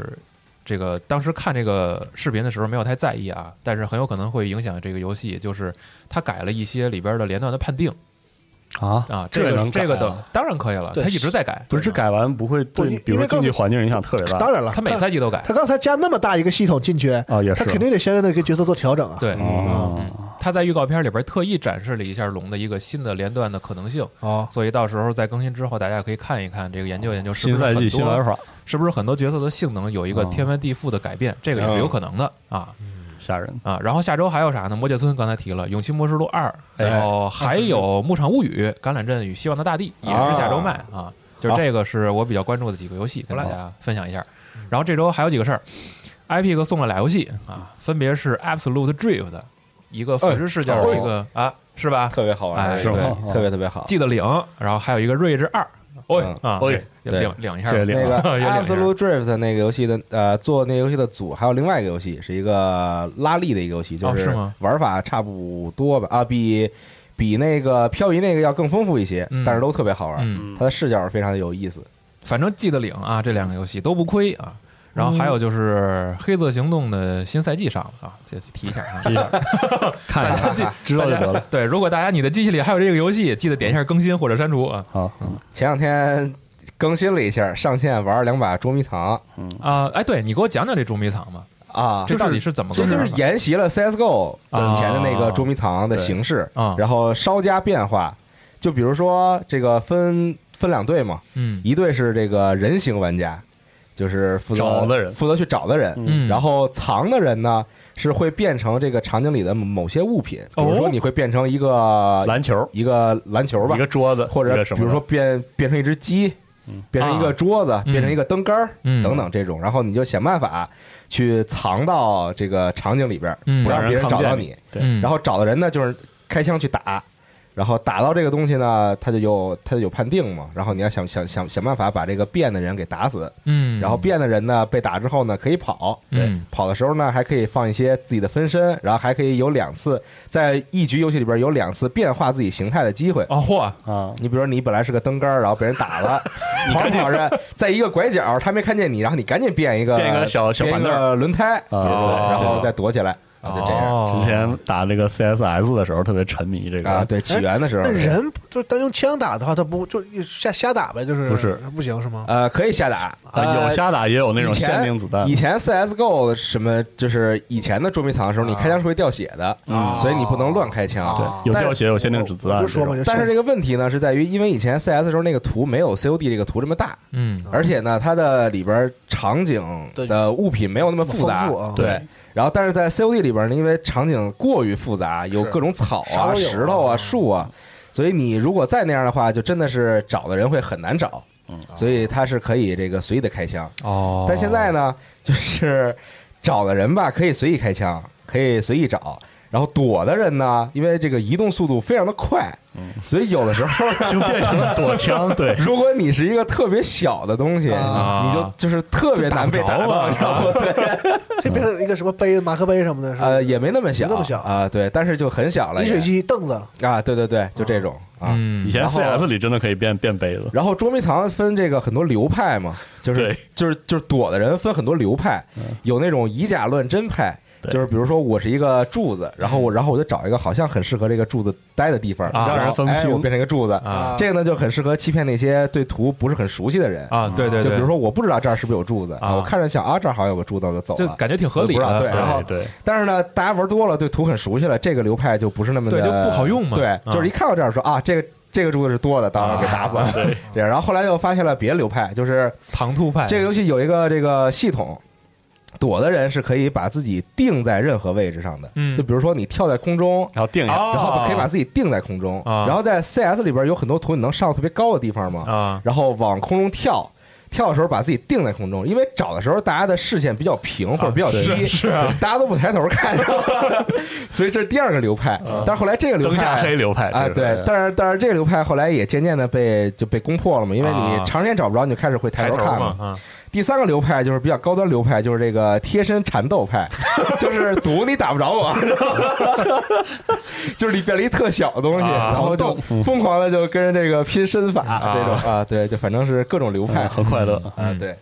这个当时看这个视频的时候没有太在意啊，但是很有可能会影响这个游戏，就是它改了一些里边的连段的判定
啊
啊，这
这也
个
能
这个
改啊
的当然可以了，
对
它一直在改，
不是这改完不会
不因
对，比
因
如说
为
竞技
刚
环境影响特别大
当然了，
它每赛季都改
他。他刚才加那么大一个系统进去，
啊，也
他
是
肯定得相应的给角色做调整啊。
对，
哦
它在预告片里边特意展示了一下龙的一个新的连段的可能性，
哦，
所以到时候在更新之后，大家可以看一看这个研究研究，是不
新
是
赛
很多
季新玩法，
是不是很多角色的性能有一个天翻地覆的改变，这个也是
哦
有可能的啊。
吓人
啊，然后下周还有啥呢？魔界村刚才提了《勇气末世录二》，
哎
然后还有《牧场物语》《橄榄镇与希望的大地》，也是下周卖啊。就是这个是我比较关注的几个游戏，跟大家分享一下。然后这周还有几个事儿，Epic 送了俩游戏啊，分别是《Absolute Drift》一个俯视视角的一个
哎
啊，是吧？
特别好玩，
哎
这个游戏
对
特别特别好。
记得领，然后还有一个《睿智二》，哦
嗯
啊，
哦
对领领一下吧，
那
这领
个
也领一下
Absolute Drift 那个游戏的呃，做那个游戏的组还有另外一个游戏，是一个拉力的一个游戏，就
哦是
是
吗
玩法差不多吧，啊，比比那个漂移那个要更丰富一些
嗯，
但是都特别好玩。
嗯，
它的视角非常有意思，
反正记得领啊，这两个游戏都不亏啊。然后还有就是《黑色行动》的新赛季上了啊，这提一下啊，
一下，看一
大家记
下，知道就得了。。
对，如果大家你的机器里还有这个游戏，记得点一下更新或者删除啊
好，
前两天更新了一下，上线玩了两把捉迷藏
啊！哎，对你给我讲讲这捉迷藏吧，
嗯啊，
这
这
到底是怎么
这
个事
就
儿
是
呢
沿袭了 CSGO 以前的那个捉迷藏的形式
啊
然后稍加变化，就比如说这个分分两队嘛，
嗯
一队是这个人形玩家，就是负责
找的人
负责去找的人，
嗯，
然后藏的人呢是会变成这个场景里的某些物品，比如
哦
说你会变成一个
篮球，
一个篮球吧
啊一个，桌子，
或
一
者
个什
比
么
如
的，嗯
说变变成一只鸡，变成一
啊
个桌子，
嗯
变成一个灯杆儿
嗯
等等这种，然后你就想办法去藏到这个场景里边儿，
嗯
不让别人
让人看
找
不
到
见
你。嗯
对
然后找的人呢，就是开枪去打，然后打到这个东西呢，他就有他就有判定嘛，然后你要想想想想办法把这个变的人给打死，
嗯，
然后变的人呢被打之后呢可以跑，
嗯
跑的时候呢还可以放一些自己的分身，然后还可以有两次在一局游戏里边有两次变化自己形态的机会。
哦嚯，
啊，
你比如说，你本来是个灯杆儿，然后被人打了，你赶紧跑着，在一个拐角，他没看见你，然后你赶紧变一个
变一个小小
变一
板凳
哦
个
儿
轮胎，
啊
然后再躲起来。
哦
啊，就这样
之前打这个 CSS 的时候特别沉迷这个
啊，，对，起源的时候
那
是
人就单用枪打的话，他不就瞎瞎打呗？就是
不是
不行是吗？
呃可以下打，
啊有
呃
瞎打也有那种
以前
限定子弹
以，前 CSGO 什么就是以前的捉迷藏的时候，你开枪是会掉血的，
啊
所以你不能乱开枪。
啊
对，有掉血有限定子
我
弹
就说
这
嘛，
种，
就
但是这个问题呢，是在于因为以前 CS 的时候那个图没有 COD 这个图这么大，
嗯
而且呢，它的里边场景的物品没有那么复杂
丰富啊，
对
对。
然后，但是在 COD 里边呢，因为场景过于复杂，有
是
各种草
啥
啊、
都有啊
石头啊、树啊，所以你如果再那样的话，就真的是找的人会很难找。
嗯
所以它是可以这个随意的开枪。
哦，
但现在呢，就是找的人吧，可以随意开枪，可以随意找。然后躲的人呢，因为这个移动速度非常的快，
嗯
所以有的时候 呢，
就变成了 躲枪，对
如果你是一个特别小的东西，
啊
你就就是特别难被打
就打不着
到，
啊
你知道吗？对，
这变成一个什么杯、马克杯什么的，是 吧
呃，也没那么小，
没那么小
啊，对，但是就很小了
饮
也，
水机、凳子，
啊，对对对，就这种啊。
嗯，
以前
然后
CS 里真的可以变变杯 子，
然后捉迷藏分这个很多流派嘛，就是
对
就是就是躲的人分很多流派，有那种以假乱真派，
对
就是比如说我是一个柱子，然后我然后我就找一个好像很适合这个柱子待的地方，
啊
然后
让人分不
哎
清
我变成一个柱子。
啊
这个呢就很适合欺骗那些对图不是很熟悉的人
啊，对对对，
嗯就比如说我不知道这儿是不是有柱子
啊
我看着想啊这儿好像有个柱子，我就走
就
了。
感觉挺合理
我
的，啊
不知道然后
对对，
但是呢，大家玩多了，对图很熟悉了，这个流派就不是那么的
对就不好用嘛
对
啊，
就是一看到这儿说啊，这个这个柱子是多的，当然给打死了。
对，
对，然后后来又发现了别的流派，就是
唐突派
这个游戏有一个这个系统，躲的人是可以把自己定在任何位置上的，
嗯
就比如说你跳在空中。
然后定一下，
哦
然后可以把自己定在空中，
啊
然后在 CS 里边有很多图，你能上到特别高的地方嘛，
啊
然后往空中跳，跳的时候把自己定在空中，因为找的时候大家的视线比较平或者比较低，
是啊
大家都不抬头看， 所以这是第二个流派。
嗯
但是后来这个流
灯下
派
黑流派嗯
啊，对，但是但是这个流派后来也渐渐的被就被攻破了嘛，因为
啊
你长时间找不着，你就开始会抬头
头
看嗯
嘛。啊，
第三个流派就是比较高端流派，就是这个贴身缠斗派， 就是赌你打不着我， 就是你变了一特小的东西，
啊
然后就疯狂的就跟这个拼身法、
啊嗯
这种啊，对，就反正是各种流派、
很快乐，
啊，对，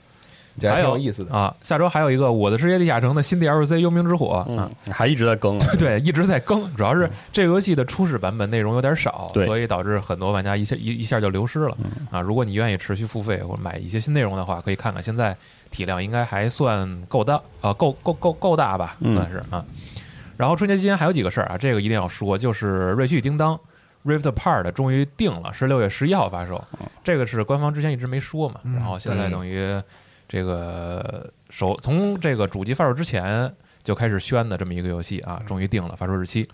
这还
还
挺有
有
意思的。
啊。下周还有一个《我的世界地下城》的新 DLC《幽冥之火》啊
嗯，，还一直在更啊，
对，一直在更，主要是这个游戏的初始版本内容有点少，
对嗯
所以导致很多玩家一下一一下就流失了啊。如果你愿意持续付费或者买一些新内容的话，可以看看，现在体量应该还算够大啊、够够够够大吧，
嗯
算是啊。然后春节期间还有几个事儿啊，这个一定要说，就是《瑞奇与叮当》Rift Apart 终于定了，是六月十一号发售，
哦
这个是官方之前一直没说嘛，然后现在等于这个首从这个主机发售之前就开始宣的这么一个游戏
嗯
啊，终于定了发售日期。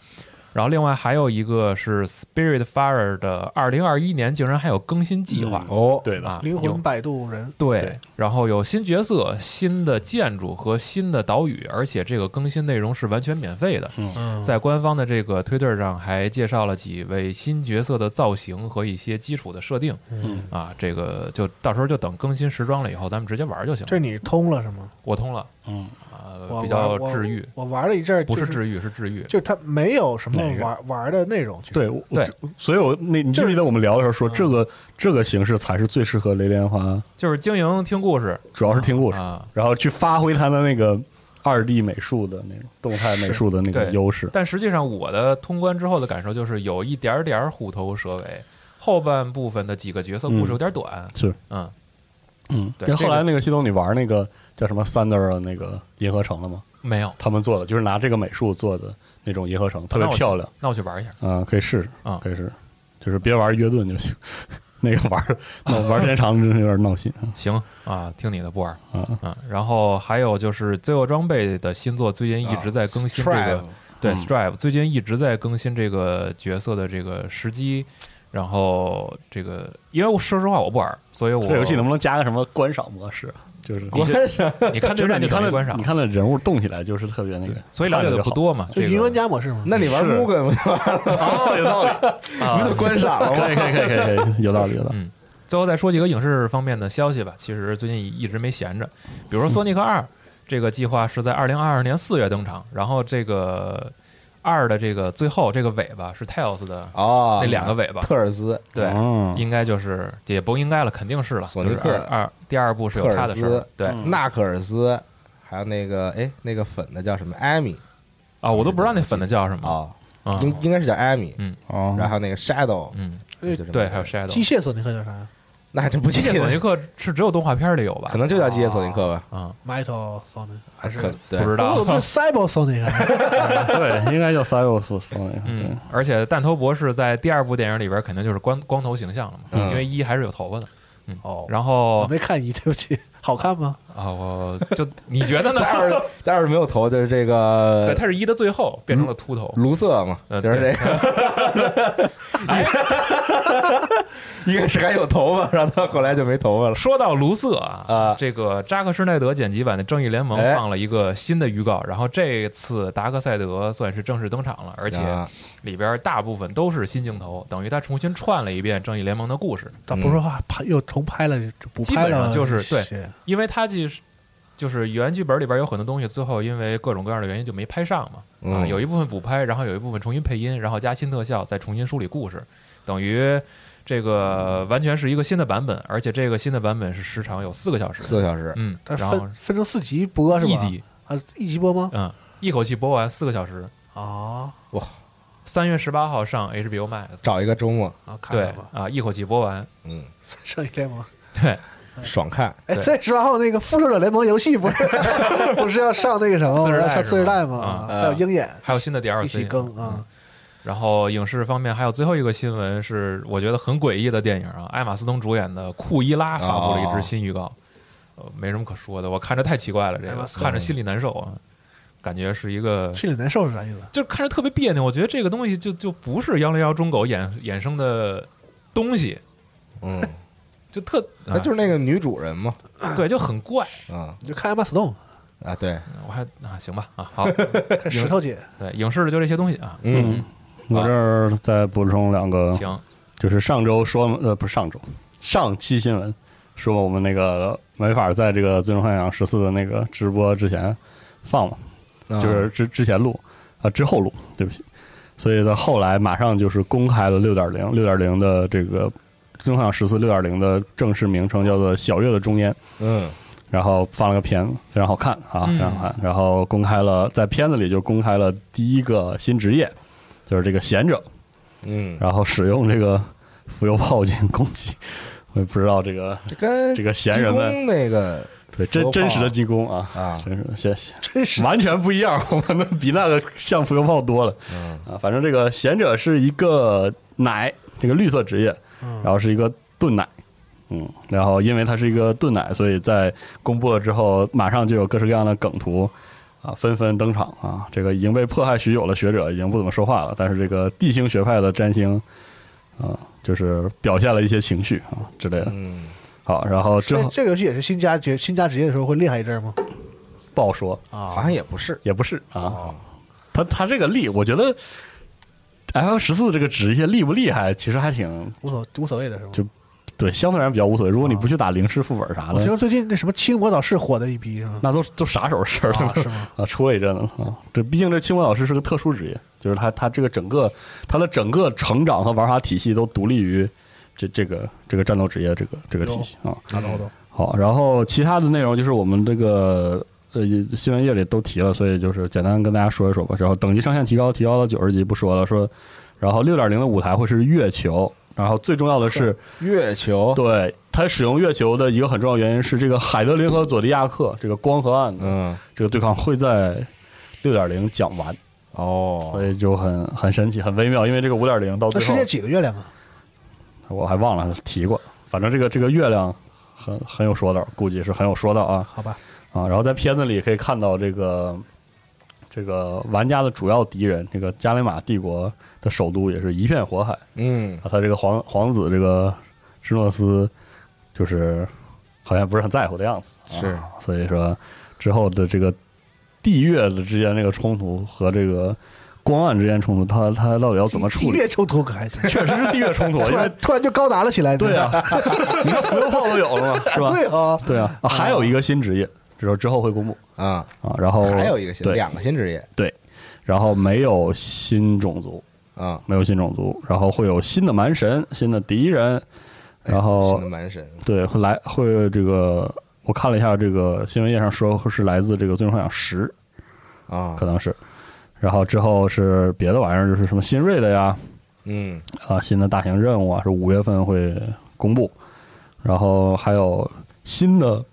然后另外还有一个是 Spirit Fire 的二零二一年竟然还有更新计划、
哦，
嗯对的，
啊，
灵
有
魂摆渡人，
对
对，
然后有新角色、新的建筑和新的岛屿，而且这个更新内容是完全免费的。
嗯，
在官方的这个推特上还介绍了几位新角色的造型和一些基础的设定
嗯
啊，这个就到时候就等更新时装了以后，咱们直接玩就行
这
了。
你通了是吗？
我通了
嗯，
啊
我，
比较
玩我
治愈，
我玩了一阵儿，
不是
就
治愈是治愈。
就是它没有什么
哪个
玩玩的内容，其实
对我
对，
所以我那你记不记得我们聊的时候说，
嗯
这个这个形式才是最适合雷莲花，
就是经营听故事
主要是听故事，
啊，
然后去发挥它的那个二 D 美术的那种动态美术的那
是
个
对
优势。
但实际上我的通关之后的感受就是有一点点虎头蛇尾，后半部分的几个角色故事有点短，
是，
嗯，
嗯，
对
跟
这个
后来那个系统，你玩那个叫什么 Thunder 的那个银河城了吗？
没有，
他们做的就是拿这个美术做的那种银河城，特别
那我去
漂亮
那我去玩一下
啊、可以试试
啊
可以试试，就是别玩约顿就行。 那个玩那玩时间长了真是有点闹心
行啊，听你的不玩
啊嗯啊！
啊。然后还有就是《罪恶装备》的新作，最近一直在更新这个，
啊 Strive
对
嗯
Strive 最近一直在更新这个角色的这个时机。然后这个，因为我说实话我不玩，所以我
这个游戏能不能加个什么观赏模式？啊就是
你这你看对
就是
战
你
就
看
等于
的
观赏
你，看的人物动起来就是特别那个
对，所以了解的不多嘛。
就
这
云玩
个
家模式嘛。
那你玩
是
Mugen 不就
哦，有道理，
啊
啊
不就观赏了 吗？
可以可以可以可以可以，有道理有道理。
最后再说几个影视方面的消息吧。其实最近一直没闲着，比如说《索尼克二》这个计划是在二零二二年四月登场，然后这个二的这个最后这个尾巴是 Tails 的
哦，
那两个尾巴，
特尔兹，
对，
嗯
应该就是也不应该了，肯定是了。
索尼克
就是二二第二部是有他的事
特尔
儿
斯，
对
嗯
纳克尔斯，还有那个哎那个粉的叫什么艾米
啊，我都不知道那粉的叫什么
啊，
啊。
应应该是叫艾米，
哦，
然后那个 Shadow，
嗯，
就这么
对，
个
还有 Shadow
机械索尼克叫啥
那还真不记
机
得
械索尼克是只有动画片里有吧？
可能就叫机械索尼克吧，
啊，
？Metal Sonic 还是
可对
不知道。
不是 Cyber Sonic？啊
对，应该叫 c y b e r s o n
嗯
对，，
而且弹头博士在第二部电影里边肯定就是光光头形象了嘛，
嗯
因为一还是有头发的。
哦，
然
我
后
没看一，对不起，好看吗？
啊，我就你觉得呢
在？ 二呃在二没有头就是这
对，
个
他是一的最后变成了秃头。
卢瑟嘛，
呃
就是嗯这个，一开始还有头发，然后他后来就没头发了。
说到卢瑟啊，
啊
这个扎克施耐德剪辑版的《正义联盟
哎》
放了一个新的预告，然后这次达克赛德算是正式登场了，而且
啊
里边大部分都是新镜头，等于他重新串了一遍《正义联盟》的故事，
咋不说话？拍又重拍了，就
嗯
补
基
拍
本上
了，
就是对
对，
因为他既是就是原剧本里边有很多东西，最后因为各种各样的原因就没拍上嘛，啊，
嗯
有一部分补拍，然后有一部分重新配音，然后加新特效，再重新梳理故事，等于这个完全是一个新的版本，而且这个新的版本是时长有四个小时，
四个小时，
嗯，
但
然后
分分成四集播是吧？
一集，
啊，一集播吗？
嗯，一口气播完四个小时，
啊
三月十八号上 HBO Max，
找一个周末，
啊，看
对
看 吧，
啊，一口气播完，
嗯，
正义联盟。
对，
爽看，
哎，
对
三十八号那个《复仇者联盟》游 戏不是不是要上那个什么
四十
吗，
代
要上
是
四十
吧
代吗？啊
嗯
还有鹰眼
还有新的
一起
DLC
更
嗯
啊，
然后影视方面还有最后一个新闻是，我觉得很诡异的电影啊，艾玛斯通主演的《库伊拉》发布了
哦
一支新预告，呃，没什么可说的，我看着太奇怪了，这
艾
个
玛斯通
看着心里难受啊，感觉是一个。
心里难受是啥意思？
就看着特别别扭，我觉得这个东西就就不是幺零幺中狗衍衍生的东西，
嗯，
就特
啊
那就是那个女主人嘛，
啊对，就很怪。
啊
你就看 Emma Stone，
啊，对，
我还啊行吧啊 好，
看石头姐，
对，影视的就这些东西啊，
嗯，
我这儿再补充两
嗯
个，
行，
就是上周说呃不是上周，上期新闻说我们那个没法在这个《最终幻想十四》的那个直播之前放嘛，
啊
就是之之前录啊、之后录，对不起。所以呢，后来马上就是公开了六点零，六点零的这个《最终幻想十四》六点零的正式名称叫做《小月的中间》。
嗯
然后放了个片子，非常好看啊，
嗯
非常好看。然后公开了，在片子里就公开了第一个新职业，就是这个贤者，
嗯，
然后使用这个浮游炮进行攻击。我也不知道这个
这跟
这个闲人们
济公那个
对真
浮游炮
真实的进攻啊，
啊，
真是的，谢谢。
真是
完全不一样，我们比那个像浮游炮多了。
嗯
啊，反正这个贤者是一个奶，这个绿色职业，
嗯
然后是一个炖奶，嗯，然后因为它是一个炖奶，所以在公布了之后，马上就有各式各样的梗图啊纷纷登场啊。这个已经被迫害许久的学者已经不怎么说话了，但是这个地星学派的占星啊，就是表现了一些情绪啊之类的。
嗯，
好，然后之
这
后
这个游戏也是新加职新加职业的时候会厉害一阵吗？
不好说，
好
啊，
像也不是，
也不是啊。他他这个厉，我觉得 F 十四这个职业厉不厉害，其实还挺
无所无所谓的是吗？
就对，相对而言比较无所谓。如果你不去打零式副本啥
啊我听
的，
说最近那什么青魔导士火的一批是吗？
那都都啥时候事儿了、
啊，是吗？
啊？出了一阵子了啊！这毕竟这青魔老师是个特殊职业，就是他他这个整个他的整个成长和玩法体系都独立于这这个这个战斗职业这个这个体系啊。
拿到的，
好，然后其他的内容就是我们这个呃新闻页里都提了，所以就是简单跟大家说一说吧。然后等级上限提高，提高到九十级不说了，说然后六点零的舞台会是月球，然后最重要的是，
月球，
对它使用月球的一个很重要原因是这个海德林和佐迪亚克这个光和暗的
嗯，
这个对抗会在。六点零讲完，
哦
所，以就很很神奇，很微妙，因为这个五点零到
那
最
世
后
界几个月亮啊？
我还忘了提过，反正这个这个月亮很很有说道，估计是很有说道啊。
好吧，
啊，然后在片子里可以看到这个这个玩家的主要敌人，这个加雷玛帝国的首都也是一片火海
嗯
啊。他这个皇皇子这个芝诺斯，就是好像不是很在乎的样子，啊
是
所以说之后的这个地月的之间这个冲突和这个光暗之间冲突，他他到底要怎么处
地
理？
面冲突可还突
确实是地月冲突，因为
然 突然就高达了起来，
对啊，你看浮游炮都有了嘛，是吧？
对啊，
对啊，啊还有一个新职业，之后之后会公布
啊，
啊。然后
还有一个新
对
两个新职业
对，然后没有新种族，
啊，
没有新种族，然后会有新的蛮神、新的敌人，然后
新的蛮神，
对会来会这个，我看了一下这个新闻页上说是来自这个《最终幻想十》，
啊
可能是，然后之后是别的玩意儿，就是什么新锐的呀，
嗯，
啊，新的大型任务啊，是五月份会公布，然后还有新的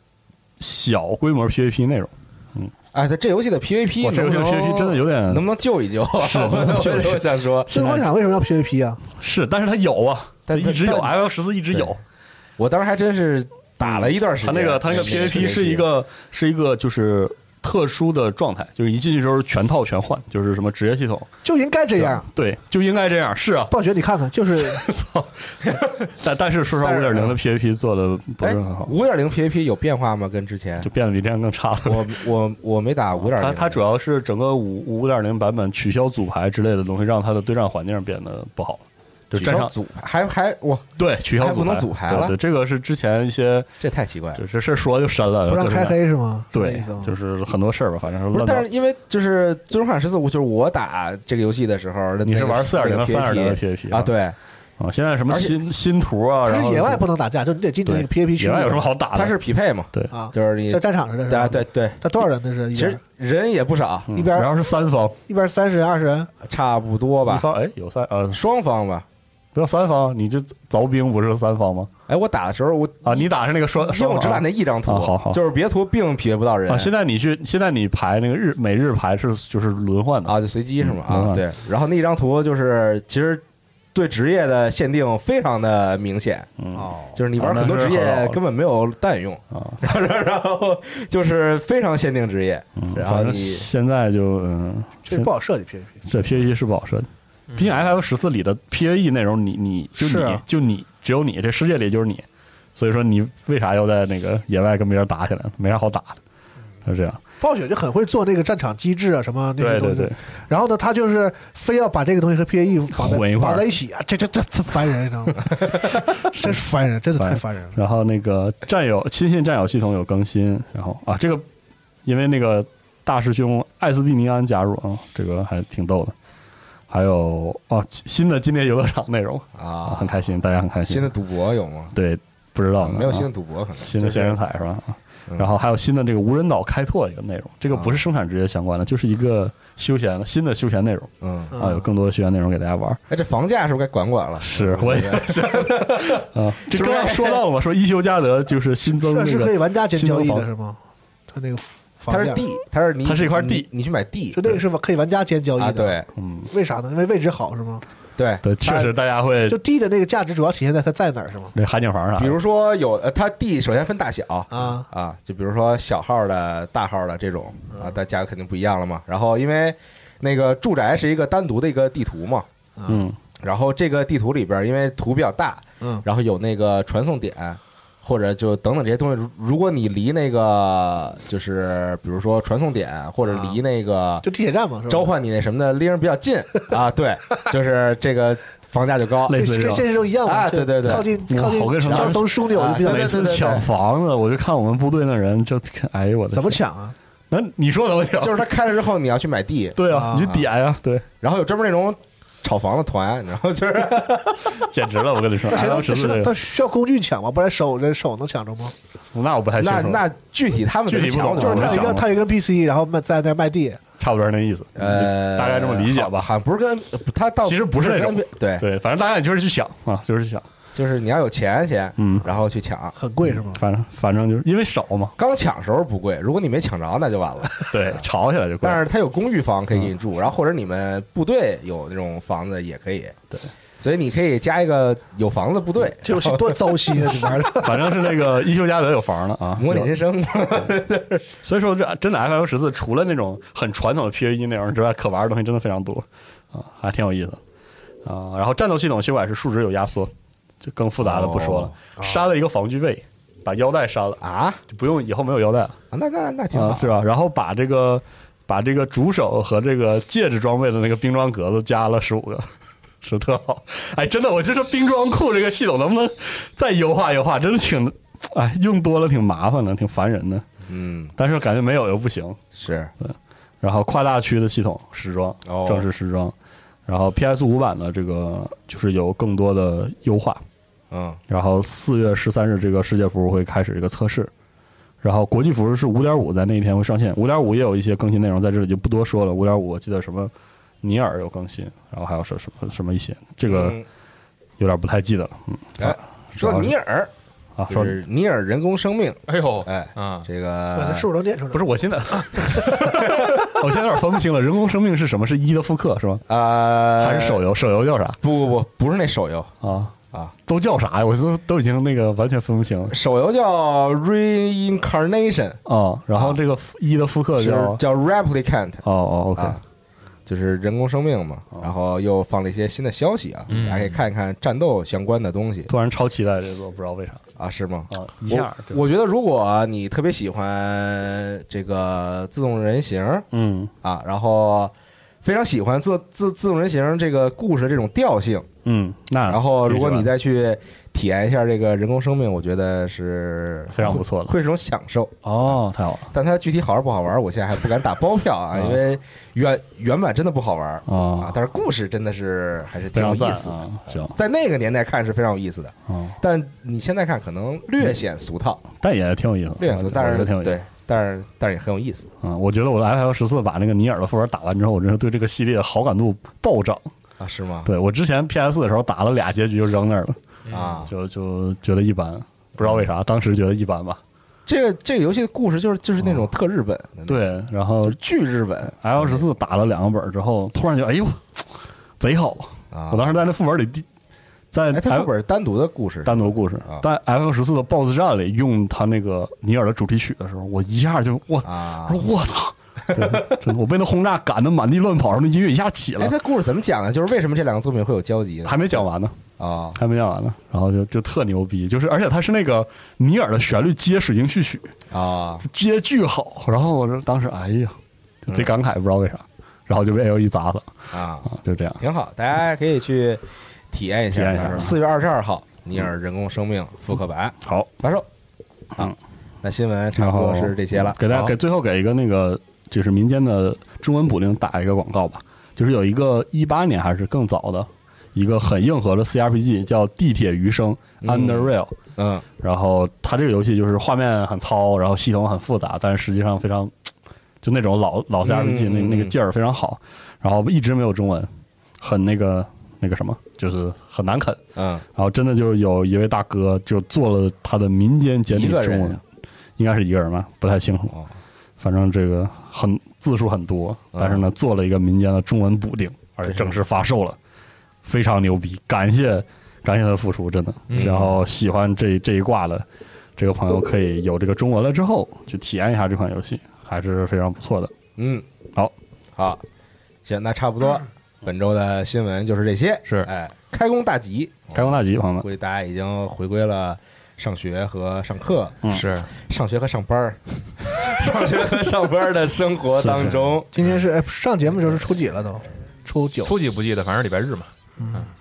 小规模 PVP 内容。
哎，它这游戏的 PVP，
哇，这游戏的
能不能
PVP 真的有点
能不能救一救？
是
我
救一救
我想说，
生化场为什么要 PVP 啊？
是，但是它有啊，
但
一直
但
有 L 十四一直有。
我当时还真是打了一段时
它
间。
那个它那个 PVP 是一个是一个就是特殊的状态，就是一进去之后全套全换，就是什么职业系统，
就应该这样。
对，啊就应该这样。是啊，
暴雪，你看看，就是
操！但但是说实话，
但
五
是
点零的 PVP 做的不
哎
是很好，，
五点零 PVP 有变化吗？跟之前
就变得比这样更差了。
哎我我我没打五点
它
零，
它主要是整个五五点零版本取消组排之类的东西，让它的对战环境变得不好了，就
取
战
消
场
组排还还哇，
对取消
还不
组排
能组排了
对对，这个是之前一些
这太奇怪了。
这这事儿说就删了，
不让
就是
开黑是吗？是
对
这意思吗，
就是很多事儿吧，反正
不是
乱，
但
搞
是。因为就是《最终幻想十四》，就是我打这个游戏的时候，
你是
那个
玩四点零
那
到
个
三点零的
PVP
PVP
啊？对，
啊，现在什么
而且
新新图啊，
它
然
是
后
野外不能打架，就你得进那
对
个 PVP 区。
野外有什么好打的？
它是匹配嘛，
啊？
就是你
在战场上的是
对
吧
啊对，对，
他多少人？那是
其
一
实
边
人也不少，
嗯
一边
然后是三方，
一边三十人、二十人，
差不多
一
吧，
方哎有三呃
双方吧。
不要三方，你就凿冰不是三方吗？
哎，我打的时候我
啊，你打是那个双
因为
双
我只打
方
那一张图，
啊好好
就是别图并匹配不到人
啊。现在你去现在你排那个日每日排是就是轮换的，
啊，就随机是吗？
嗯
啊，
嗯
对。然后那一张图就是其实对职业的限定非常的明显，
嗯
哦，
就是你玩
啊那
很多
是
职
很好
业
的
根本没有蛋 用，
啊，
然后就是非常限定职业。
嗯
啊
然后
反正
你
现在就嗯，
这
现
不好设计 PVP。
这 PVE 是不好设计，毕竟 F F 十四里的 PVE 内容你你就是你
啊
就你只有你这世界里就是你，所以说你为啥要在那个野外跟别人打起来呢？没啥好打的，是这样。
暴雪就很会做那个战场机制啊，什么那些
对
东
对
西。
对。
然后呢，他就是非要把这个东西和 E PVE 绑在
混一块儿
绑在一起啊，这这这这烦人，你知 道吗？真是烦人，真的太烦人了。
然后那个战友亲信战友系统有更新，然后啊，这个因为那个大师兄艾斯蒂尼安加入啊、这个还挺逗的。还有哦，新的今年游乐场内容啊，
啊
很开心，大家很开心。
新的赌博有吗？
对，不知道
啊
呢、
没有
啊
新的赌博，可能
新的
就是
仙人彩是吧？啊
嗯
然后还有新的这个无人岛开拓一个内容，这个不是生产职业相关的，就是一个休闲的新的休闲内容
嗯，
嗯
啊，有更多的休闲内容给大家玩。
哎，这房价是不是该管管了？
是，我也想啊，这刚刚说到了嘛，说伊修加德就是新增
这
那
是可
个
以玩家间
新
交易
房
的是吗？他那个房
它是
价，
地，它是你，
它是一块地
你，你去买地
就那个是可以玩家间交易
啊？
的。，
对
嗯，
为啥呢？因为位置好是吗？
对
对，确实大家会
就地的那个价值主要体现在它在哪儿是吗？
那海景房啥的，
比如说有呃，它地首先分大小
嗯
啊
啊，就比如说小号的、大号的这种啊，
嗯
但价格肯定不一样了嘛。然后因为那个住宅是一个单独的一个地图嘛，
嗯，
然后这个地图里边儿因为图比较大，
嗯，
然后有那个传送点。或者就等等这些东西，如如果你离那个就是比如说传送点，或者
啊
离那个
就地铁站嘛，是吧？
召唤你那什么的铃儿比较近啊，对，就是这个房价就高。
类似于这
跟
种
现实中一样嘛，
啊对
就
对对
靠近
哇
靠
我跟
近
你说
交通枢纽
啊
就比较
对
每
对
次
对
抢房子，我就看我们部队那人就，哎呦我的天，
怎么抢啊？
那你说怎么抢？
就是他开了之后，你要去买地，
对
啊
啊，你点呀，对，
然后有专门那种炒房的团，然后就是
哎 简直了，我跟你说，
那谁能谁
十四这
能他
个，
需要工具抢吗？不然手人手能抢着吗？
那我不太清
那
楚，
那具体他们怎么
具体不
抢
懂
我
就是
不
他
知
有
道
一个
抢吗
他有一个 NPC，然后卖在那卖地，
差不多是那意思，
呃，
嗯大概这么理解
好
吧。
好像不是跟他到
其实不是那种
对，
对，反正大家你就是去想啊，就是去想，
就是你要有钱先，
嗯，
然后去抢。
很贵是吗？
反正反正就是因为少嘛，
刚抢时候不贵，如果你没抢着，那就完了。
对，嗯吵起来就贵。
但是他有公寓房可以给你住，然后或者你们部队有那种房子也可以。
对，
所以你可以加一个有房子的部队，
这游戏多糟心啊！你玩的
反正是那个伊修加德有房了啊，
模拟人 生。
所以说这真的 F F 十四除了那种很传统的 P A E 内容之外，可玩的东西真的非常多啊，还挺有意思的啊。然后战斗系统修改是数值有压缩，就更复杂的不说了，删了一个防具位，把腰带删了，
哦啊，
就不用以后没有腰带了
那那那挺好，
啊，是吧？然后把这个把这个主手和这个戒指装备的那个冰装格子加了十五个。 是特好，哎，真的，我这是冰装库这个系统能不能再优化优化？真的挺，哎，用多了挺麻烦的，挺烦人的。
嗯，
但是感觉没有又不行，
是
然后跨大区的系统时装
哦，
正式时装，然后 PS 五版的这个就是有更多的优化，
嗯
然后四月十三日这个世界服会开始这个测试，然后国际服是五点五在那一天会上线，五点五也有一些更新内容，在这里就不多说了。五点五我记得什么尼尔有更新，然后还有什什么什么一些，这个
嗯
有点不太记得了。嗯，
哎说尼尔，
啊，
就
说
是尼尔人工生命，
哎呦，
哎，
啊，
这
把那
个
数都念出来。
不是我 现在，我现在有点分不清了。人工生命是什么？是一的复刻是吗？
呃，
还是手游？手游叫啥
不不不，不是那手游
啊？
啊，
都叫啥呀？我都都已经那个完全分不清了
手游叫 Reincarnation，
啊。然后这个一的复刻
是
叫哦
叫 Replicant，
哦，OK，哦
啊，就是人工生命嘛。然后又放了一些新的消息啊，
嗯
大家可以看一看战斗相关的东西
突然超期待这座，不知道为啥
啊，是吗？
啊，一下对吧
我觉得如果你特别喜欢这个自动人形
嗯
啊，然后非常喜欢自自自动人形这个故事这种调性，
嗯，那
然后如果你
在
再去体验一下这个人工生命，我觉得是
非常不错的
会是种享受。
哦，太好了
但它具体好玩不好玩，我现在还不敢打包票啊，
嗯
因为原原版真的不好玩啊
啊，，
但是故事真的是还是
非
挺有
常
意
赞
思的。
啊，行
在那个年代看是非常有意思的，
啊，
但你现在看可能略显俗套，
但也挺有意思的，
略显
嗯啊我
俗，
觉得
但
我觉
是
得挺有意思的。
对，但是但是也很有意思。
啊，我觉得我的 F L 十四把那个尼尔的副本打完之后，我真是对这个系列的好感度暴涨。
啊，是吗？
对我之前 P S 的时候打了俩结局就扔那儿了，
啊，
就就觉得一般，不知道为啥，当时觉得一般吧。
这个这个游戏的故事就是就是那种特日本的，，
啊对，然后
巨日本
L 十四打了两个本儿之后，突然就哎呦，贼好！
啊
我。当时在那副本里第，在
哎，它副
F
本是单独的故事，
单独故事
啊，
但 F 十四的 BOSS 战里用他那个尼尔的主题曲的时候，我一下就我
啊
我。说我操！对真的我被那轰炸赶得满地乱跑，然后那音乐一下起
哎，
了，
它故事怎么讲呢？就是为什么这两个作品会有交集呢？
还没讲完呢。
啊
还没讲完呢，然后就就特牛逼，就是而且它是那个尼尔的旋律接水晶序曲，
啊
接巨好，然后我说当时哎呀，就
嗯
贼感慨，不知道为啥，然后就被 A O E 砸了
啊，
啊，就这样，
挺好，大家可以去体验一
体验一
下。
下嗯
四月二十二号，尼尔人工生命复刻版
好，
发售。
嗯
啊，那新闻差
然
不
后
多是这些了。
给大家
好
给最后给一个那个就是民间的中文补丁打一个广告吧，就是有一个一八年还是更早的一个很硬核的 C R P G 叫《地铁余生》Under Rail，、
嗯
然后它这个游戏就是画面很糙，然后系统很复杂，但是实际上非常就那种老老 CRPG
嗯
那
嗯
那个劲儿非常好，然后一直没有中文，很那个那个什么，就是很难啃。
嗯
然后真的就有一位大哥就做了他的民间简体
一个人
中文
呀，
应该是一个人吧，不太清楚
哦，嗯
反正这个很字数很多，但是呢做了一个民间的中文补丁，而且正式发售了，非常牛逼，感谢感谢他的付出，真的。
嗯
然后喜欢这这一挂的这个朋友可以有这个中文了之后去体验一下这款游戏，还是非常不错的。
嗯，
好，
好，行，那差不多，本周的新闻就是这些。
是
哎，开工大吉，
开工大吉，朋友们
估，计大家已经回归了上学和上课、
嗯
是
上学和上班 儿、上学和上班儿的生活当中。
今天是哎上节目的时候是初几了都？初九。
初几不记得，反正礼拜日嘛。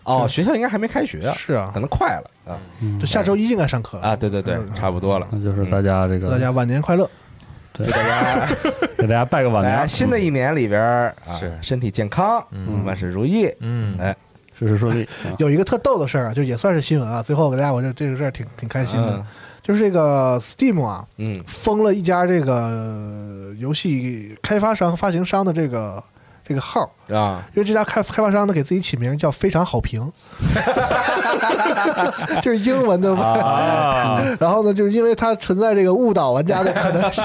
哦，学校应该还没开学啊，
是啊
可，能快了啊
就下周一应该上课了
啊！。对对对，差不多了。
那就是大家这个
大家晚年快乐，
祝大家
给大家拜个晚
来
年，啊
新的一年里边儿啊
是
身体健康，万事如意。
嗯，
哎，
事事顺利。
嗯
啊
有一个特逗的事儿啊，就也算是新闻啊。最后给大家，我这这个事儿挺挺开心的
嗯，
就是这个 Steam 啊，
嗯
封了一家这个呃游戏开发商、发行商的这个这个号，
啊，
因为这家开开发商呢给自己起名叫“非常好评”， 就是英文的
啊
嘛。然后呢，就是因为它存在这个误导玩家的可能性，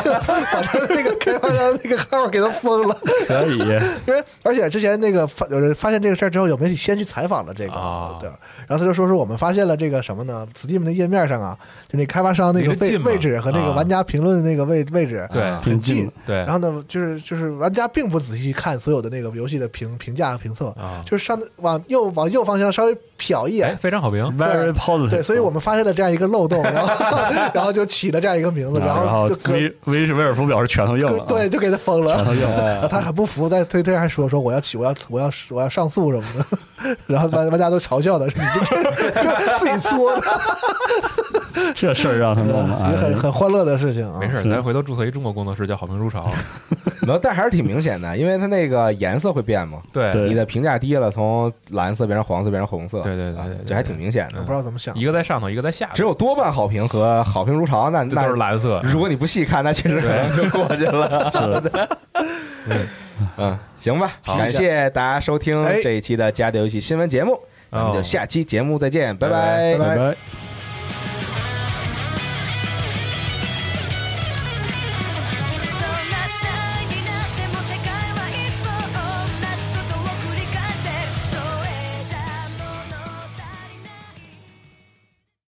把它那个开发商那个号给它封 了。
哎
可以，
因为而且之前那个发有人发现这个事儿之后，有媒体先去采访了这个，
啊
对，然后他就说是我们发现了这个什么呢？Steam 的页面上啊，就那开发商那
离
个
得
位
近嘛
位置和那个
啊
玩家评论的那个位位置，
对
啊
很近
近。
对
哎然后呢，就是就是玩家并不仔细看所有的那个游戏的评评价和评测，
啊
就是上往右往右方向稍微瞟一
哎，
眼。
非常好评，
very positive。
对，所以我们发现了这样一个漏洞，然后然后就起了这样一个名字，
啊然
后就
威
给
威威尔夫表示拳头硬了，啊
对，就给他封了。
拳头硬了。
然后他很不服，在推特还说说我要起，我要我要我要上诉什么的。 然后玩玩家都嘲笑他，是你这 自己作的，
这事儿让他弄的，
也很
哎
很欢乐的事情啊。
没
嗯
事儿，咱回头注册一中国工作室叫好评 如潮。
然后但还是挺明显的，因为它那个颜色会变嘛，
对
对
你的评价低了，从蓝色变成黄色变成红色，
对对对
啊
对对
这还挺明显
我
的
不。知道怎么想的
一。个在上头，一个在下头，
只有多半好评和好评如潮，那
这都是
那
蓝色。
如果你不细看，那确实可能就过去了。
是
嗯，行吧，
好
感谢大家收听
哎
这一期的《家的游戏新闻》节目，咱们就
哦
下期节目再见，拜
拜拜
拜
拜拜。